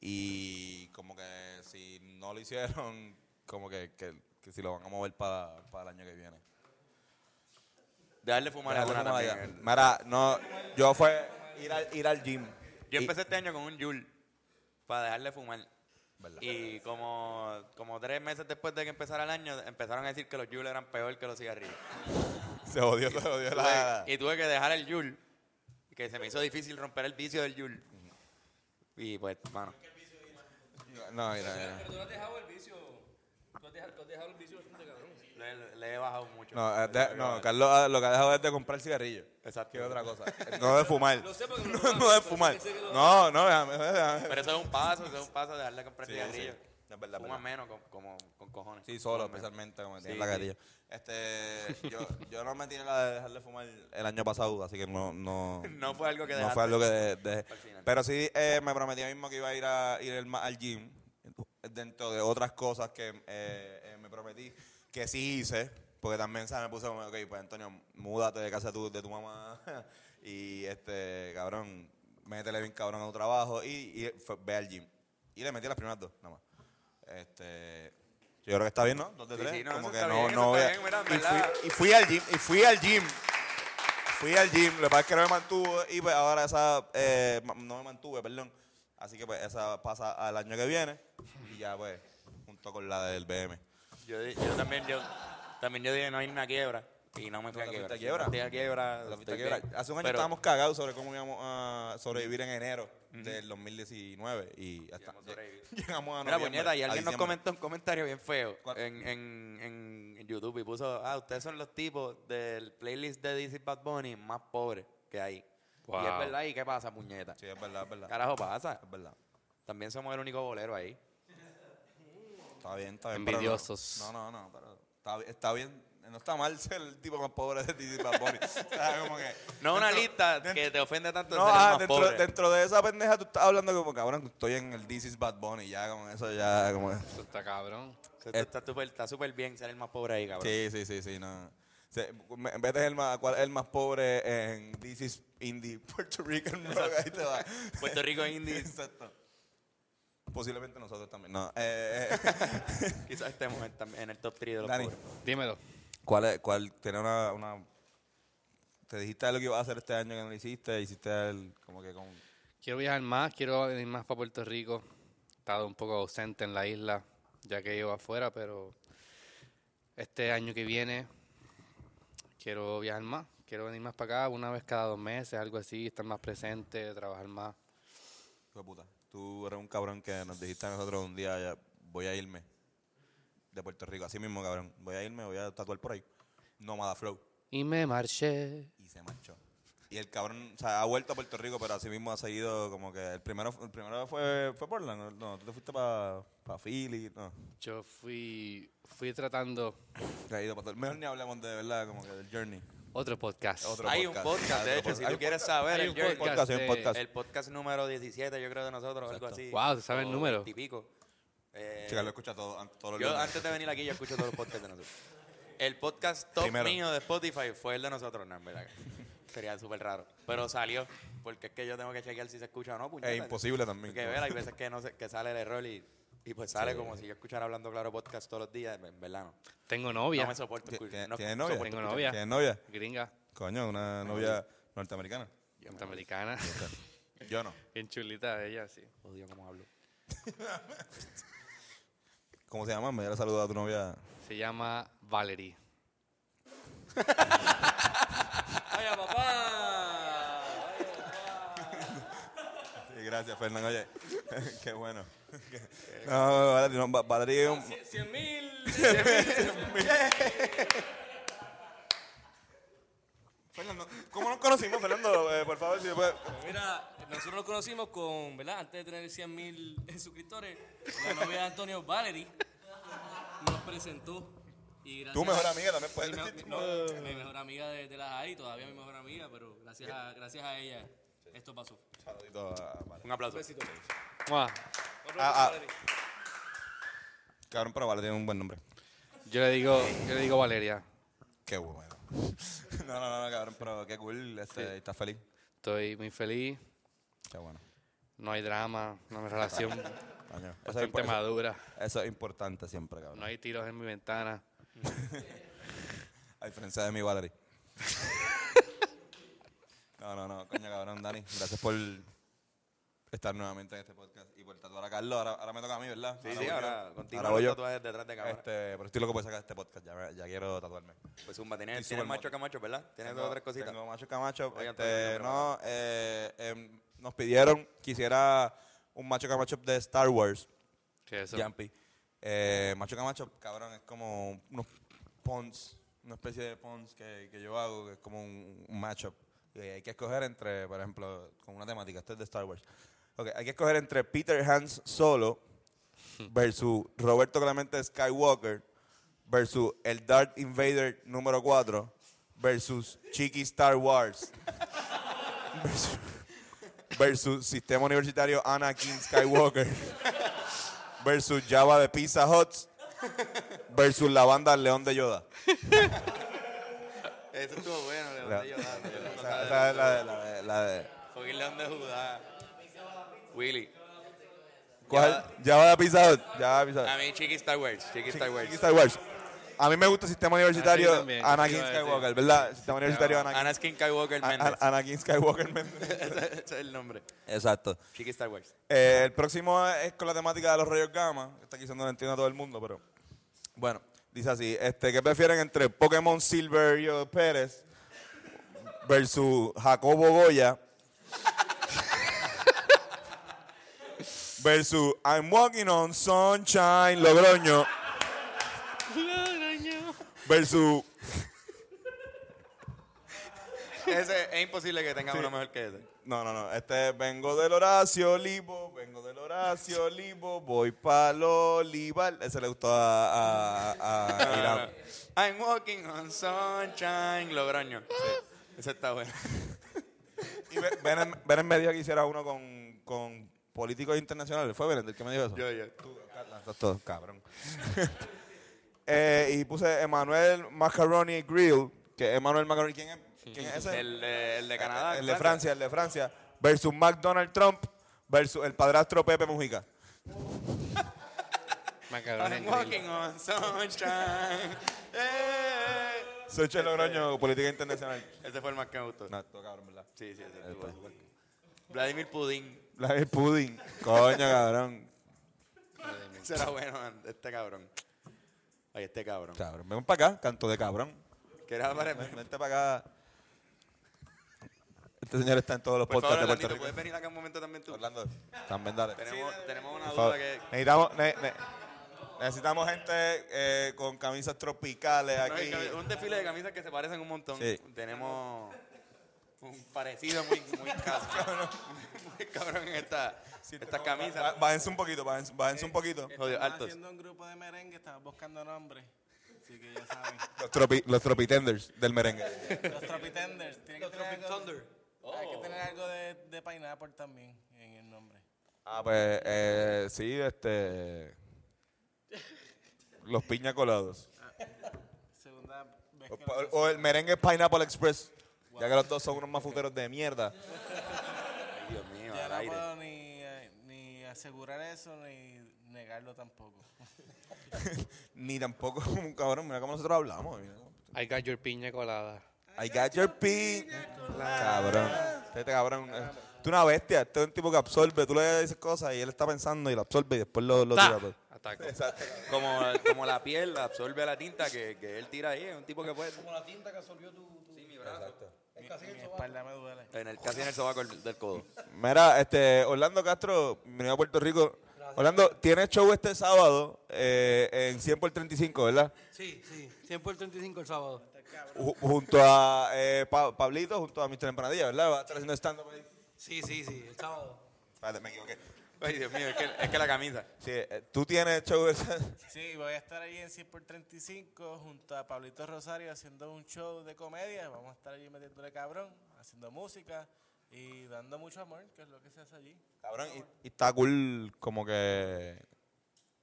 Y como que si no lo hicieron, como que, que, que si lo van a mover para el año que viene. Dejarle fumar Déjale alguna fumar también. allá. Mira, no, yo fue ir al, ir al gym. Yo Y- empecé este año con un Yul para dejarle fumar. ¿verdad? Y como, como tres meses después de que empezara el año, empezaron a decir que los Yul eran peor que los cigarrillos. se odió, se odió la. Tuve- y tuve que dejar el Yul, que se me hizo difícil romper el vicio del Yul. Y pues, mano. No, mira, mira. eh. Pero tú no has dejado el vicio. Tú has dejado, tú has dejado el vicio bastante, cabrón. Le, le he bajado mucho. No, eh, de- no, Carlos ah, lo que ha dejado es de comprar cigarrillo. Exacto. Que es otra cosa. No de fumar. Lo sé porque me lo robaron, No, no de pero fumar. pensé que lo- No, no, déjame, déjame. Pero eso es un paso, eso es un paso, dejarle comprar Sí, cigarrillos. sí. Es verdad, Fuma verdad. menos con, como, con cojones. Sí, Fuma solo, menos. especialmente como Sí, tiene la sí. carilla. Este, yo, yo no me tiré la de dejarle fumar el año pasado, así que no, no, No fue algo que no dejaste. fue algo que de- dejé. Al final. Pero sí eh, me prometí a mí mismo que iba a ir a ir el ma- al gym dentro de otras cosas que eh, eh, me prometí que sí hice, porque también ¿sabes? me puse como, ok, pues Antonio, múdate de casa de tu, de tu mamá y este cabrón, métele bien cabrón a tu trabajo y, y fue- ve al gym. Y le metí las primeras dos, nada más. Este, yo creo que está bien, ¿no? Dos de Sí, tres. sí, no, como eso que está no, bien, no eso voy está a- bien, mira, en y, verdad. fui, y fui al gym, y fui al gym. Fui al gym, lo que pasa es que no me mantuve y pues ahora esa, eh, ma- no me mantuve, perdón. Así que pues esa pasa al año que viene y ya pues, junto con la del BM. Yo, di- yo también, yo, también yo dije no hay una quiebra. Y no me fui No a te quiebra. fuiste a quiebra. No fui a quiebra. La estoy fuiste a bien. quebrar. Hace un año Pero estábamos cagados sobre cómo íbamos a sobrevivir en enero del 2019 y hasta Íbamos a sobrevivir. llegamos a Mira, noviembre, puñeta, y a alguien nos diciembre. comentó un comentario bien feo ¿Cuál? en, en, en- en YouTube y puso, ah, ustedes son los tipos del playlist de Dizzy Bad Bunny más pobres que hay. Y es Wow. verdad, ¿y qué pasa, puñeta? Sí, es verdad, es verdad. Carajo pasa. Es verdad. También somos el único bolero ahí. Está bien, está bien. pero no. Envidiosos. No, no, no, pero está, bi- está bien. No está mal ser el tipo más pobre de DC Bad Bunny. O sea, como que... No una dentro- lista dentro- que te ofende tanto de No, ser el ah, más dentro, pobre. dentro de esa pendeja tú estás hablando como, cabrón, que estoy en el This is Bad Bunny, ya como eso, ya como... Eso está cabrón. O sea, tú estás súper- Está súper bien ser el más pobre ahí, cabrón. Sí, sí, sí, sí, no. Se- me- En vez de ser el más, cuál es el más pobre en This is Indie Puerto Rican Rock, ahí te va. Puerto Rico Indie, Exacto. Posiblemente nosotros también. No, eh, eh, quizás estemos en, tam- en el top 3 de los Dani, pobres. Dímelo. ¿cuál, es- cuál tiene una, una... Te dijiste lo que ibas a hacer este año que no lo hiciste, hiciste el, como que con... Quiero viajar más, quiero venir más para Puerto Rico. He estado un poco ausente en la isla, ya que llevo afuera, pero este año que viene quiero viajar más. Quiero venir más para acá una vez cada dos meses, algo así, estar más presente, trabajar más. Hijo de puta. Tú eres un cabrón que nos dijiste a nosotros un día, ya, voy a irme de Puerto Rico. Así mismo, cabrón. Voy a irme, voy a tatuar por ahí. Nómada Flow. Y me marché. Y se marchó. Y el cabrón, o sea, ha vuelto a Puerto Rico, pero así mismo ha seguido como que... El primero, el primero fue, fue Portland, ¿no? No, tú te fuiste para Philly, no. Yo fui, fui tratando Ha ido pa' todo- Mejor ni hablamos de verdad, como que del journey. otro podcast. Otro Hay un podcast, de Otro hecho, si Hay tú un quieres podcast. saber, Hay el un journey- podcast, hay de- un podcast. El podcast número 17, yo creo, de nosotros, o algo así. Wow, ¿tú sabes el O número? 20 y pico. Eh, Chica, lo escucha todo, an- todos los yo lunes. antes de venir aquí, yo escucho todos los podcasts de nosotros. El podcast top Primero. mío de Spotify fue el de nosotros, no, en verdad. Sería súper raro. Pero salió, porque es que yo tengo que chequear si se escucha o no, puñeta. Es imposible también. Porque ver, hay veces que, no se- que sale el error y, y pues sale como si yo escuchara hablando claro podcast todos los días, en verdad no. Tengo novia, No me soporto Ti- escuchar. ¿Tienes No, tienes novia? Tengo novia. ¿Tienes novia? gringa, Coño, una novia norteamericana. norteamericana. Yo no. Bien chulita ella, sí. odio cómo hablo. ¿Cómo se llama? Me hubiera saludado a tu novia. Se llama Valerie. ¡Vaya, papá! Sí, gracias, Fernando. Oye, qué bueno. No, Valerie, no, Va- Valerie es un... 100 mil. Fernando, ¿cómo nos conocimos, Fernando? Eh, por favor, si puede... Mira, nosotros nos conocimos con, ¿verdad? Antes de tener 100 mil suscriptores, la novia de Antonio Valerie nos presentó. Y gracias Tu mejor amiga también puede Mi, decir. me- no, mi mejor amiga de, de la AI, todavía mi mejor amiga, pero gracias a, gracias a ella esto pasó. Saludito a Valerie. Un aplauso. Mua. Ah, ah. Cabrón, pero Valerie tiene un buen nombre. Yo le digo, yo le digo Valeria. Qué bueno. No, no, no, cabrón, pero qué cool. Este, ¿Estás feliz? Estoy muy feliz. Qué bueno. No hay drama, una relación Coño, Eso, es, bastante impo- madura. eso es importante siempre, cabrón. No hay tiros en mi ventana. A diferencia de mi Valerie. no, no, no, coño cabrón, Dani. Gracias por estar nuevamente en este podcast y por tatuar a Carlos. Ahora, ahora me toca a mí, ¿verdad? Sí, sí, voy yo. ahora contigo Ahora voy yo. tatuajes detrás de cámara. Este, pero estoy loco por sacar este podcast. Ya, me- ya quiero tatuarme. Pues zumba, tienes, Estoy tienes súper macho moto. camacho, ¿verdad? Tienes Tengo- dos o tres cositas. Tengo macho camacho. Oye, Antonio, este, yo no, eh, em, nos pidieron, quisiera un macho camacho de Star Wars. Que eso. Jumpy. Eh, Macho Camacho, cabrón, es como unos punts, una especie de punts que, que yo hago, que es como un, un matchup. Y hay que escoger entre, por ejemplo, con una temática, este es de Star Wars. Ok, hay que escoger entre Peter Hans solo versus Roberto Clemente Skywalker versus el Dark Invader número 4 versus Chiqui Star Wars versus, versus Sistema Universitario Anakin Skywalker versus Java de Pizza Hut versus la banda León de Yoda. Eso estuvo bueno, La- levanté yo. dale, yo O no sea, sabía. esa es la de- la de- la de- Soy el León de Judá. Willy. ¿Cuál? Java de Pizza Hut. Java de Pizza Hut. A mí, Chiqui Star Wars. Chiqui Star Wars. Chiqui Star Wars. A mí me gusta el sistema universitario Anakin también, Anakin iba a decir. Skywalker, ¿verdad? El sistema universitario Anakin, Anakin Skywalker An- Mendes. An- Anakin Skywalker Mendes. Ese es el nombre. Exacto. Chiqui Star Wars. Eh, el próximo es con la temática de los rayos gamma. Esta quizás no la entienda todo el mundo, pero... Bueno, dice así. Este, ¿Qué prefieren entre Pokémon Silverio Pérez versus Jacobo Goya versus I'm walking on sunshine Logroño versus Ese es imposible que tenga uno mejor que ese. No, no, no. Este es, vengo del Horacio Olivo, vengo del Horacio Olivo, voy para Olival. Ese le gustó a, a, a Ah. Irán. I'm walking on sunshine, Logroño. Ese está bueno. Y Be- Ben en- Ben en medio que hiciera uno con, con políticos internacionales. ¿Fue Ben el que me dijo eso? Yo, yo. Tú, Carla, sos todo, cabrón. Eh, y puse Emanuel Macaroni Grill, que es Emanuel Macaroni. ¿Quién es, ¿Quién es ese? Eh, El, de- el de Canadá. El de Francia, el de Francia. Versus McDonald Trump versus el padrastro Pepe Mujica. Macaroni I'm en grill. walking on sunshine. Eh. Soy Che Logroño, política internacional. Ese fue el más que me gustó. No, esto cabrón, ¿verdad? Sí, sí, ese estuvo bueno. Vladimir Pudín. La del pudding. Coño, cabrón. Será bueno, man, este cabrón. Ay, este cabrón. Cabrón, ven para acá, canto de cabrón. Que era para... Ven- Vente para acá. Este señor está en todos los Por favor, podcasts de Puerto Orlandito, Rico. ¿puedes venir acá un momento también tú? Orlando, también dale. Tenemos, tenemos una Por duda favor. que... Necesitamos, ne- ne- necesitamos gente eh, con camisas tropicales No, aquí. hay cami- un desfile de camisas que se parecen un montón. Sí. Tenemos un parecido muy, muy cabrón. muy cabrón en esta, estas Ba- camisas. Bájense un poquito, bájense, bájense un poquito. Jodido, altos. haciendo un grupo de merengue, estaba buscando nombres. Así que ya saben. Los, tropi, los tropitenders del merengue. Los Tropitenders. Tienen que tener algo, Hay Oh. que tener algo de, de pineapple también en el nombre. Ah, pues eh, sí, este. Los piña colados. Segunda vez Oh, O, que lo o el merengue Pineapple Express. Ya que los dos son unos mafuteros de mierda. Dios mío, yo al no aire. puedo ni, eh, ni asegurar eso ni negarlo tampoco. Ni tampoco, cabrón, mira cómo nosotros hablamos. mira cómo- I got your piña colada. I got your pee. Cabrón. Este cabrón. eh, Tú una bestia. Este es un tipo que absorbe. Tú le dices cosas y él está pensando y lo absorbe y después lo, lo Ta. tira. pues. Ataco. Como, como la piel la absorbe la tinta que, que él tira ahí. Es un tipo que puede... Como la Mi espalda me duele. En el, casi en el sobaco del del codo. Mira, este, Orlando Castro, bienvenido a Puerto Rico. Orlando, tienes show este sábado eh, en 100 por 35, ¿verdad? Sí, sí. 100 por 35 el sábado. Ju- junto a eh, Pa- Pablito, junto a Mr. Empanadilla, ¿verdad? Va a estar haciendo stand-up ahí. Sí, sí, sí. El sábado. Espérate, me equivoqué. Ay, Dios mío, es que, es que la camisa. Sí, eh, tú tienes show ese- Sí, voy a estar ahí en 100 por 35 junto a Pablito Rosario haciendo un show de comedia. Vamos a estar allí metiéndole cabrón, haciendo música y dando mucho amor, que es lo que se hace allí. Cabrón, y, y está cool como que...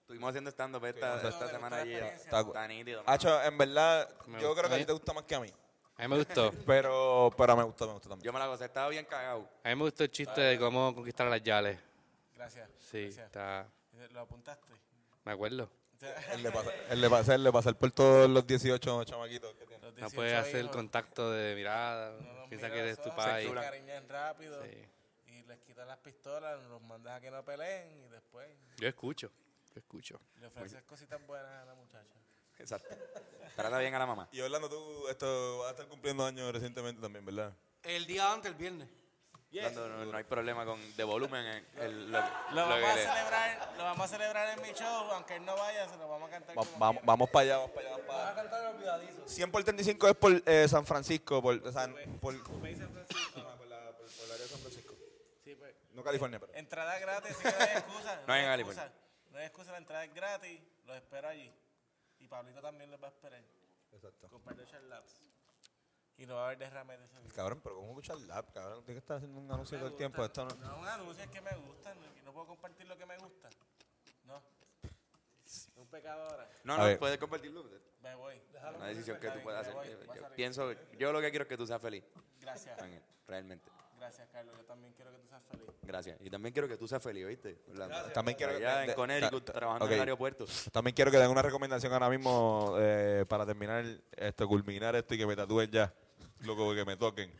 Estuvimos haciendo stand-up esta, esta semana allí. Está, Está ah. cool. nítido. man. Hacho, en verdad, Me yo creo que a ti gusta. te gusta más que a mí. A mí me gustó. Pero, pero me gustó, me gustó también. Yo me la gocé, estaba bien cagado. A mí me gustó el chiste de cómo conquistar a las yales. Gracias. Sí, gracias. está. Lo apuntaste. Me acuerdo. O sea, Él le pasa, él le pasa, él le pasa por todos los 18 chamaquitos que tiene. los No 18 puedes hacer el hijos, contacto de mirada. no los Piensa mira ah, que a los eres tu ojos, país. Se encariñan rápido Sí. y les quitas las pistolas, los mandas a que no peleen y después Yo escucho. Yo escucho. le ofreces cositas buenas a la muchacha. Exacto. Trata bien a la mamá. Y Orlando, tú esto, vas a estar cumpliendo años recientemente también, ¿verdad? El día antes, el viernes. dando- no, no hay problema con de volumen. en el- lo, Lo lo que vamos a le- celebrar, lo vamos a celebrar en mi show, aunque él no vaya, se lo vamos a cantar. Va- como vamos, vamos para allá, vamos para allá. Van a cantar olvidadizo. 100 por 35 es por eh, San Francisco, por, o sea, por, ah, Cupey San Francisco. por la- por- por el área de San Francisco. Sí, pues. No California, pero. Entrada gratis, así que no hay excusa. No hay en hay California. excusa. No hay excusa, la entrada es gratis. Los espero allí. Y Pablito también los va a esperar. Exacto. Con un par de charlatas. Y no va a haber derrame de sonido. Cabrón, pero ¿cómo escuchar lab, cabrón? Tienes que estar haciendo un anuncio todo el Me tiempo. gusta. Esto no- No, un anuncio es que me gusta. No, no puedo compartir lo que me gusta. No. Es un pecado ahora. No, A no, ver. puedes compartirlo. Me voy. Una decisión que tú Está bien, puedes me hacer. voy, Yo- voy a Yo salir. pienso, yo lo que quiero es que tú seas feliz, Gracias. Ángel, realmente. Gracias, Carlos. Yo también quiero que tú seas feliz. Gracias. Y también quiero que tú seas feliz, ¿viste? Orlando? También quiero que- Allá en de- Connecticut, ta- ta- trabajando en ok. el aeropuerto. También quiero que den una recomendación ahora mismo eh, para terminar el- esto, culminar esto y que me tatúen ya. Loco, que me toquen.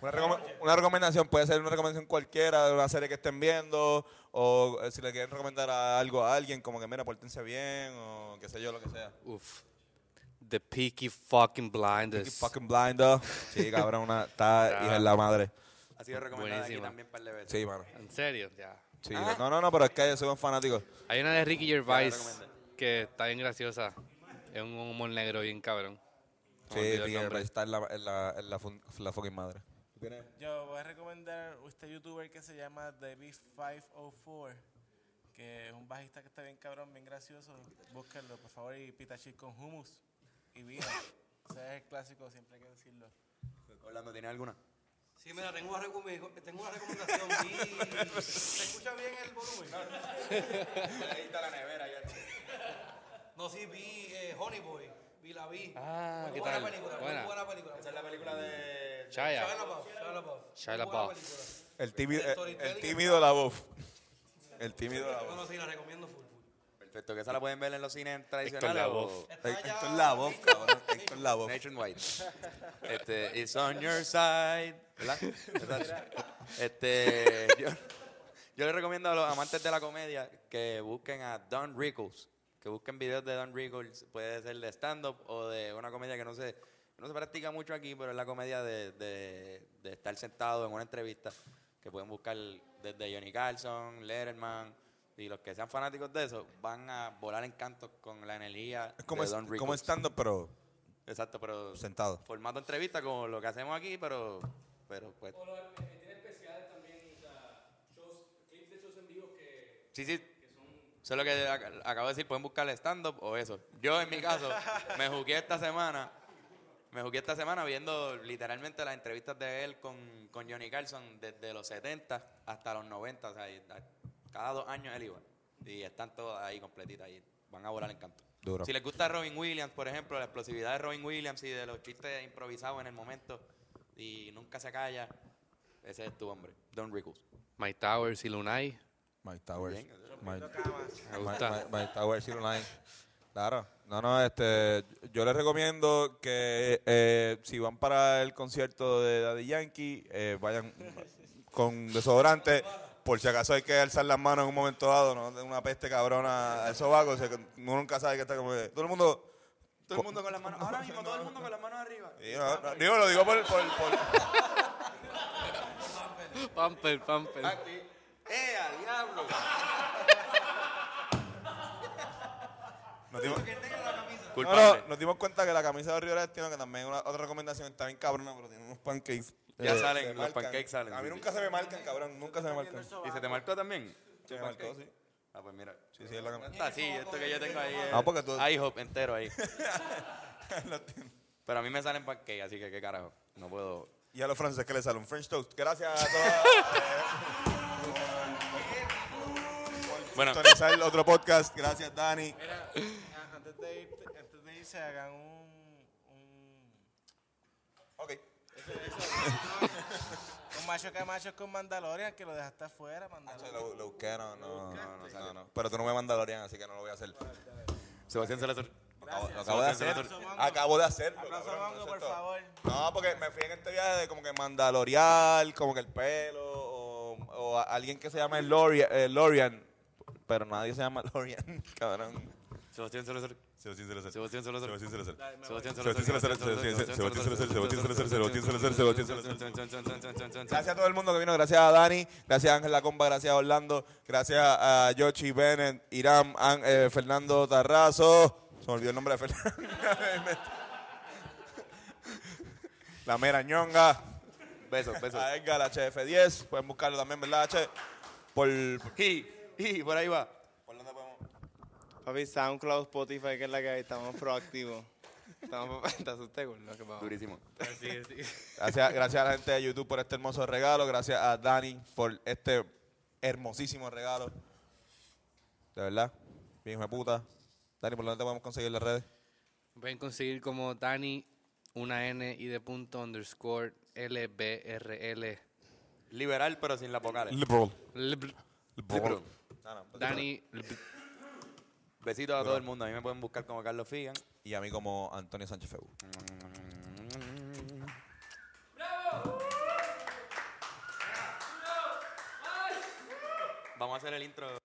Una, recome- una recomendación, puede ser una recomendación cualquiera de una serie que estén viendo, o eh, si le quieren recomendar a- algo a alguien, como que mira, pórtense bien, o qué sé yo, lo que sea. Uf. The Peaky Fucking Peaky Blinders. fucking blinder. Sí, cabrón, una, está hija de la madre. Ha sido recomendada aquí Buenísima. también para el de veces. Sí, mano. ¿En serio? Ya. Sí, no, no, no, pero es que yo soy un fanático. Hay una de Ricky Gervais recomendé. que está bien graciosa. Es un humor negro bien cabrón. No me Sí, olvido el tío, nombre. está en la, en la, en la, fun- la fucking madre. Yo voy a recomendar a este youtuber que se llama David504, que es un bajista que está bien cabrón, bien gracioso. Búsquenlo, por favor, y pitachis con hummus y vino. Ese es el clásico, siempre hay que decirlo. Orlando, ¿tienes alguna? Sí, mira, tengo una, recome- tengo una recomendación. y- ¿Se escucha bien el volumen? Ahí está la nevera ya. No, sí, vi eh, Honey Boy. Vi la vi. Ah, Muy ¿qué buena tal? película, muy Buena. buena película. Esa es la película de... Chaya. Shia LaBeouf. Shia LaBeouf. Shia Muy buena LaBeouf. película. El tímido, el, storytelling el tímido la voz. El tímido la No, voz. no, sí, la recomiendo full. full. Perfecto, que esa la pueden ver en los cines Héctor tradicionales o Lavoe. Esto es la voz, cabrón. Esto es la voz. nationwide. Este, it's on your side, ¿verdad? Esa- Este, yo, yo les recomiendo a los amantes de la comedia que busquen a Don Rickles, que busquen videos de Don Rickles, puede ser de stand-up o de una comedia que no se, no se practica mucho aquí, pero es la comedia de, de- de estar sentado en una entrevista, que pueden buscar desde Johnny Carlson, Letterman, y los que sean fanáticos de eso van a volar en canto con la energía Es como, de es- Don Rickles. como estando, pero Exacto, pero sentado. formato entrevista como lo que hacemos aquí, pero pero pues sí, sí. Eso es lo que ac- acabo de decir, pueden buscar stand up o eso. Yo en mi caso me jugué esta semana me jugué esta semana viendo literalmente las entrevistas de él con, con Johnny Carlson desde los 70 hasta los 90, o sea, y- cada dos años él iba. Y están todas ahí completitas y van a volar en canto. Duro. Si les gusta Robin Williams, por ejemplo, la explosividad de Robin Williams y de los chistes improvisados en el momento y nunca se calla, ese es tu hombre, Don Rickles. My Towers y Lunay. My Towers. Bien. My, Me my, gusta. my- my Towers Zero Nine. Claro. No, no, este, yo les recomiendo que eh, si van para el concierto de Daddy Yankee, eh, vayan con desodorante. Por si acaso hay que alzar las manos en un momento dado, ¿no? De una peste cabrona al sobaco. o sea, que uno nunca sabe que está como... que- Todo el mundo... Todo el mundo con las manos, ahora mismo todo el mundo con las manos arriba. Sí, no, no, digo, lo digo por- por- por Pamper, pamper. Ah. ¡Eh, a diablo! Nos dimos, no, Culpable. no, nos dimos cuenta que la camisa de Río Destino, que también es una, otra recomendación, está bien cabrona, pero tiene unos pancakes. Ya eh, salen, se los marcan. pancakes salen, A mí sí, nunca se me marcan, cabrón, nunca se me marcan. ¿Y se te marcó también? Se me marcó, sí. Ah, pues mira. Sí, sí, es la camisa. Está así, esto que yo tengo ahí es Ah, porque tú- IHOP entero ahí. Pero a mí me salen pancakes, así que qué carajo. No puedo... Y a los franceses que le sale un French toast. Gracias a todos. Bueno, Sintonizar el otro podcast. Gracias, Dani. Mira, a- antes de, irte- antes de irse, hagan un, un, Ok. un macho camacho con Mandalorian que lo dejaste afuera, Mandalorian. Lo, lo busqué, no, no, no, no, no, no. Pero tú no me mandas Lorian, así que no lo voy a hacer. Sebastián Salazar. Acabo, lo acabo de hacer. Aplauso, Mango. Acabo de hacerlo. Aplauso, cabrón, Mango, por eso es todo. favor. No, porque me fui en este viaje de como que mandalorial, como que el pelo, o, o a- alguien que se eh, llama Lorian, pero nadie se llama Lorian, cabrón. Sebastián Salazar. Sebastián Salazar. Sebastián Salazar. Sebastián Salazar. Sebastián Sebastián Salazar. Sebastián Salazar. Sebastián Salazar. Sebastián Salazar. Sebastián Salazar. Gracias a todo el mundo que vino. Gracias a Dani. Gracias a Ángel La Comba. Gracias a Orlando. Gracias a Yoshi Bennett, Irán, An- eh, Fernando Tarrazo. Se me olvidó el nombre de Fernando. La mera ñonga. Besos, besos. A Edgar, HF10. Pueden buscarlo también, ¿verdad, H? Por. Y, y por ahí va. Papi, SoundCloud, Spotify, que es la que hay, estamos proactivos. Estamos, te asusté con lo que pasa. Durísimo. Gracias, gracias a la gente de YouTube por este hermoso regalo. Gracias a Dani por este hermosísimo regalo. De verdad. Bien, hijo de puta. Dani, ¿por dónde te podemos conseguir en las redes? Pueden conseguir como Dani, una N y de punto underscore LBRL. Liberal, pero sin la vocales. Liberal. Libr- Liberal. Dani, Besitos a todo el mundo. A mí me pueden buscar como Carlos Figan. Y a mí como Antonio Sánchez Feu. Vamos a hacer el intro.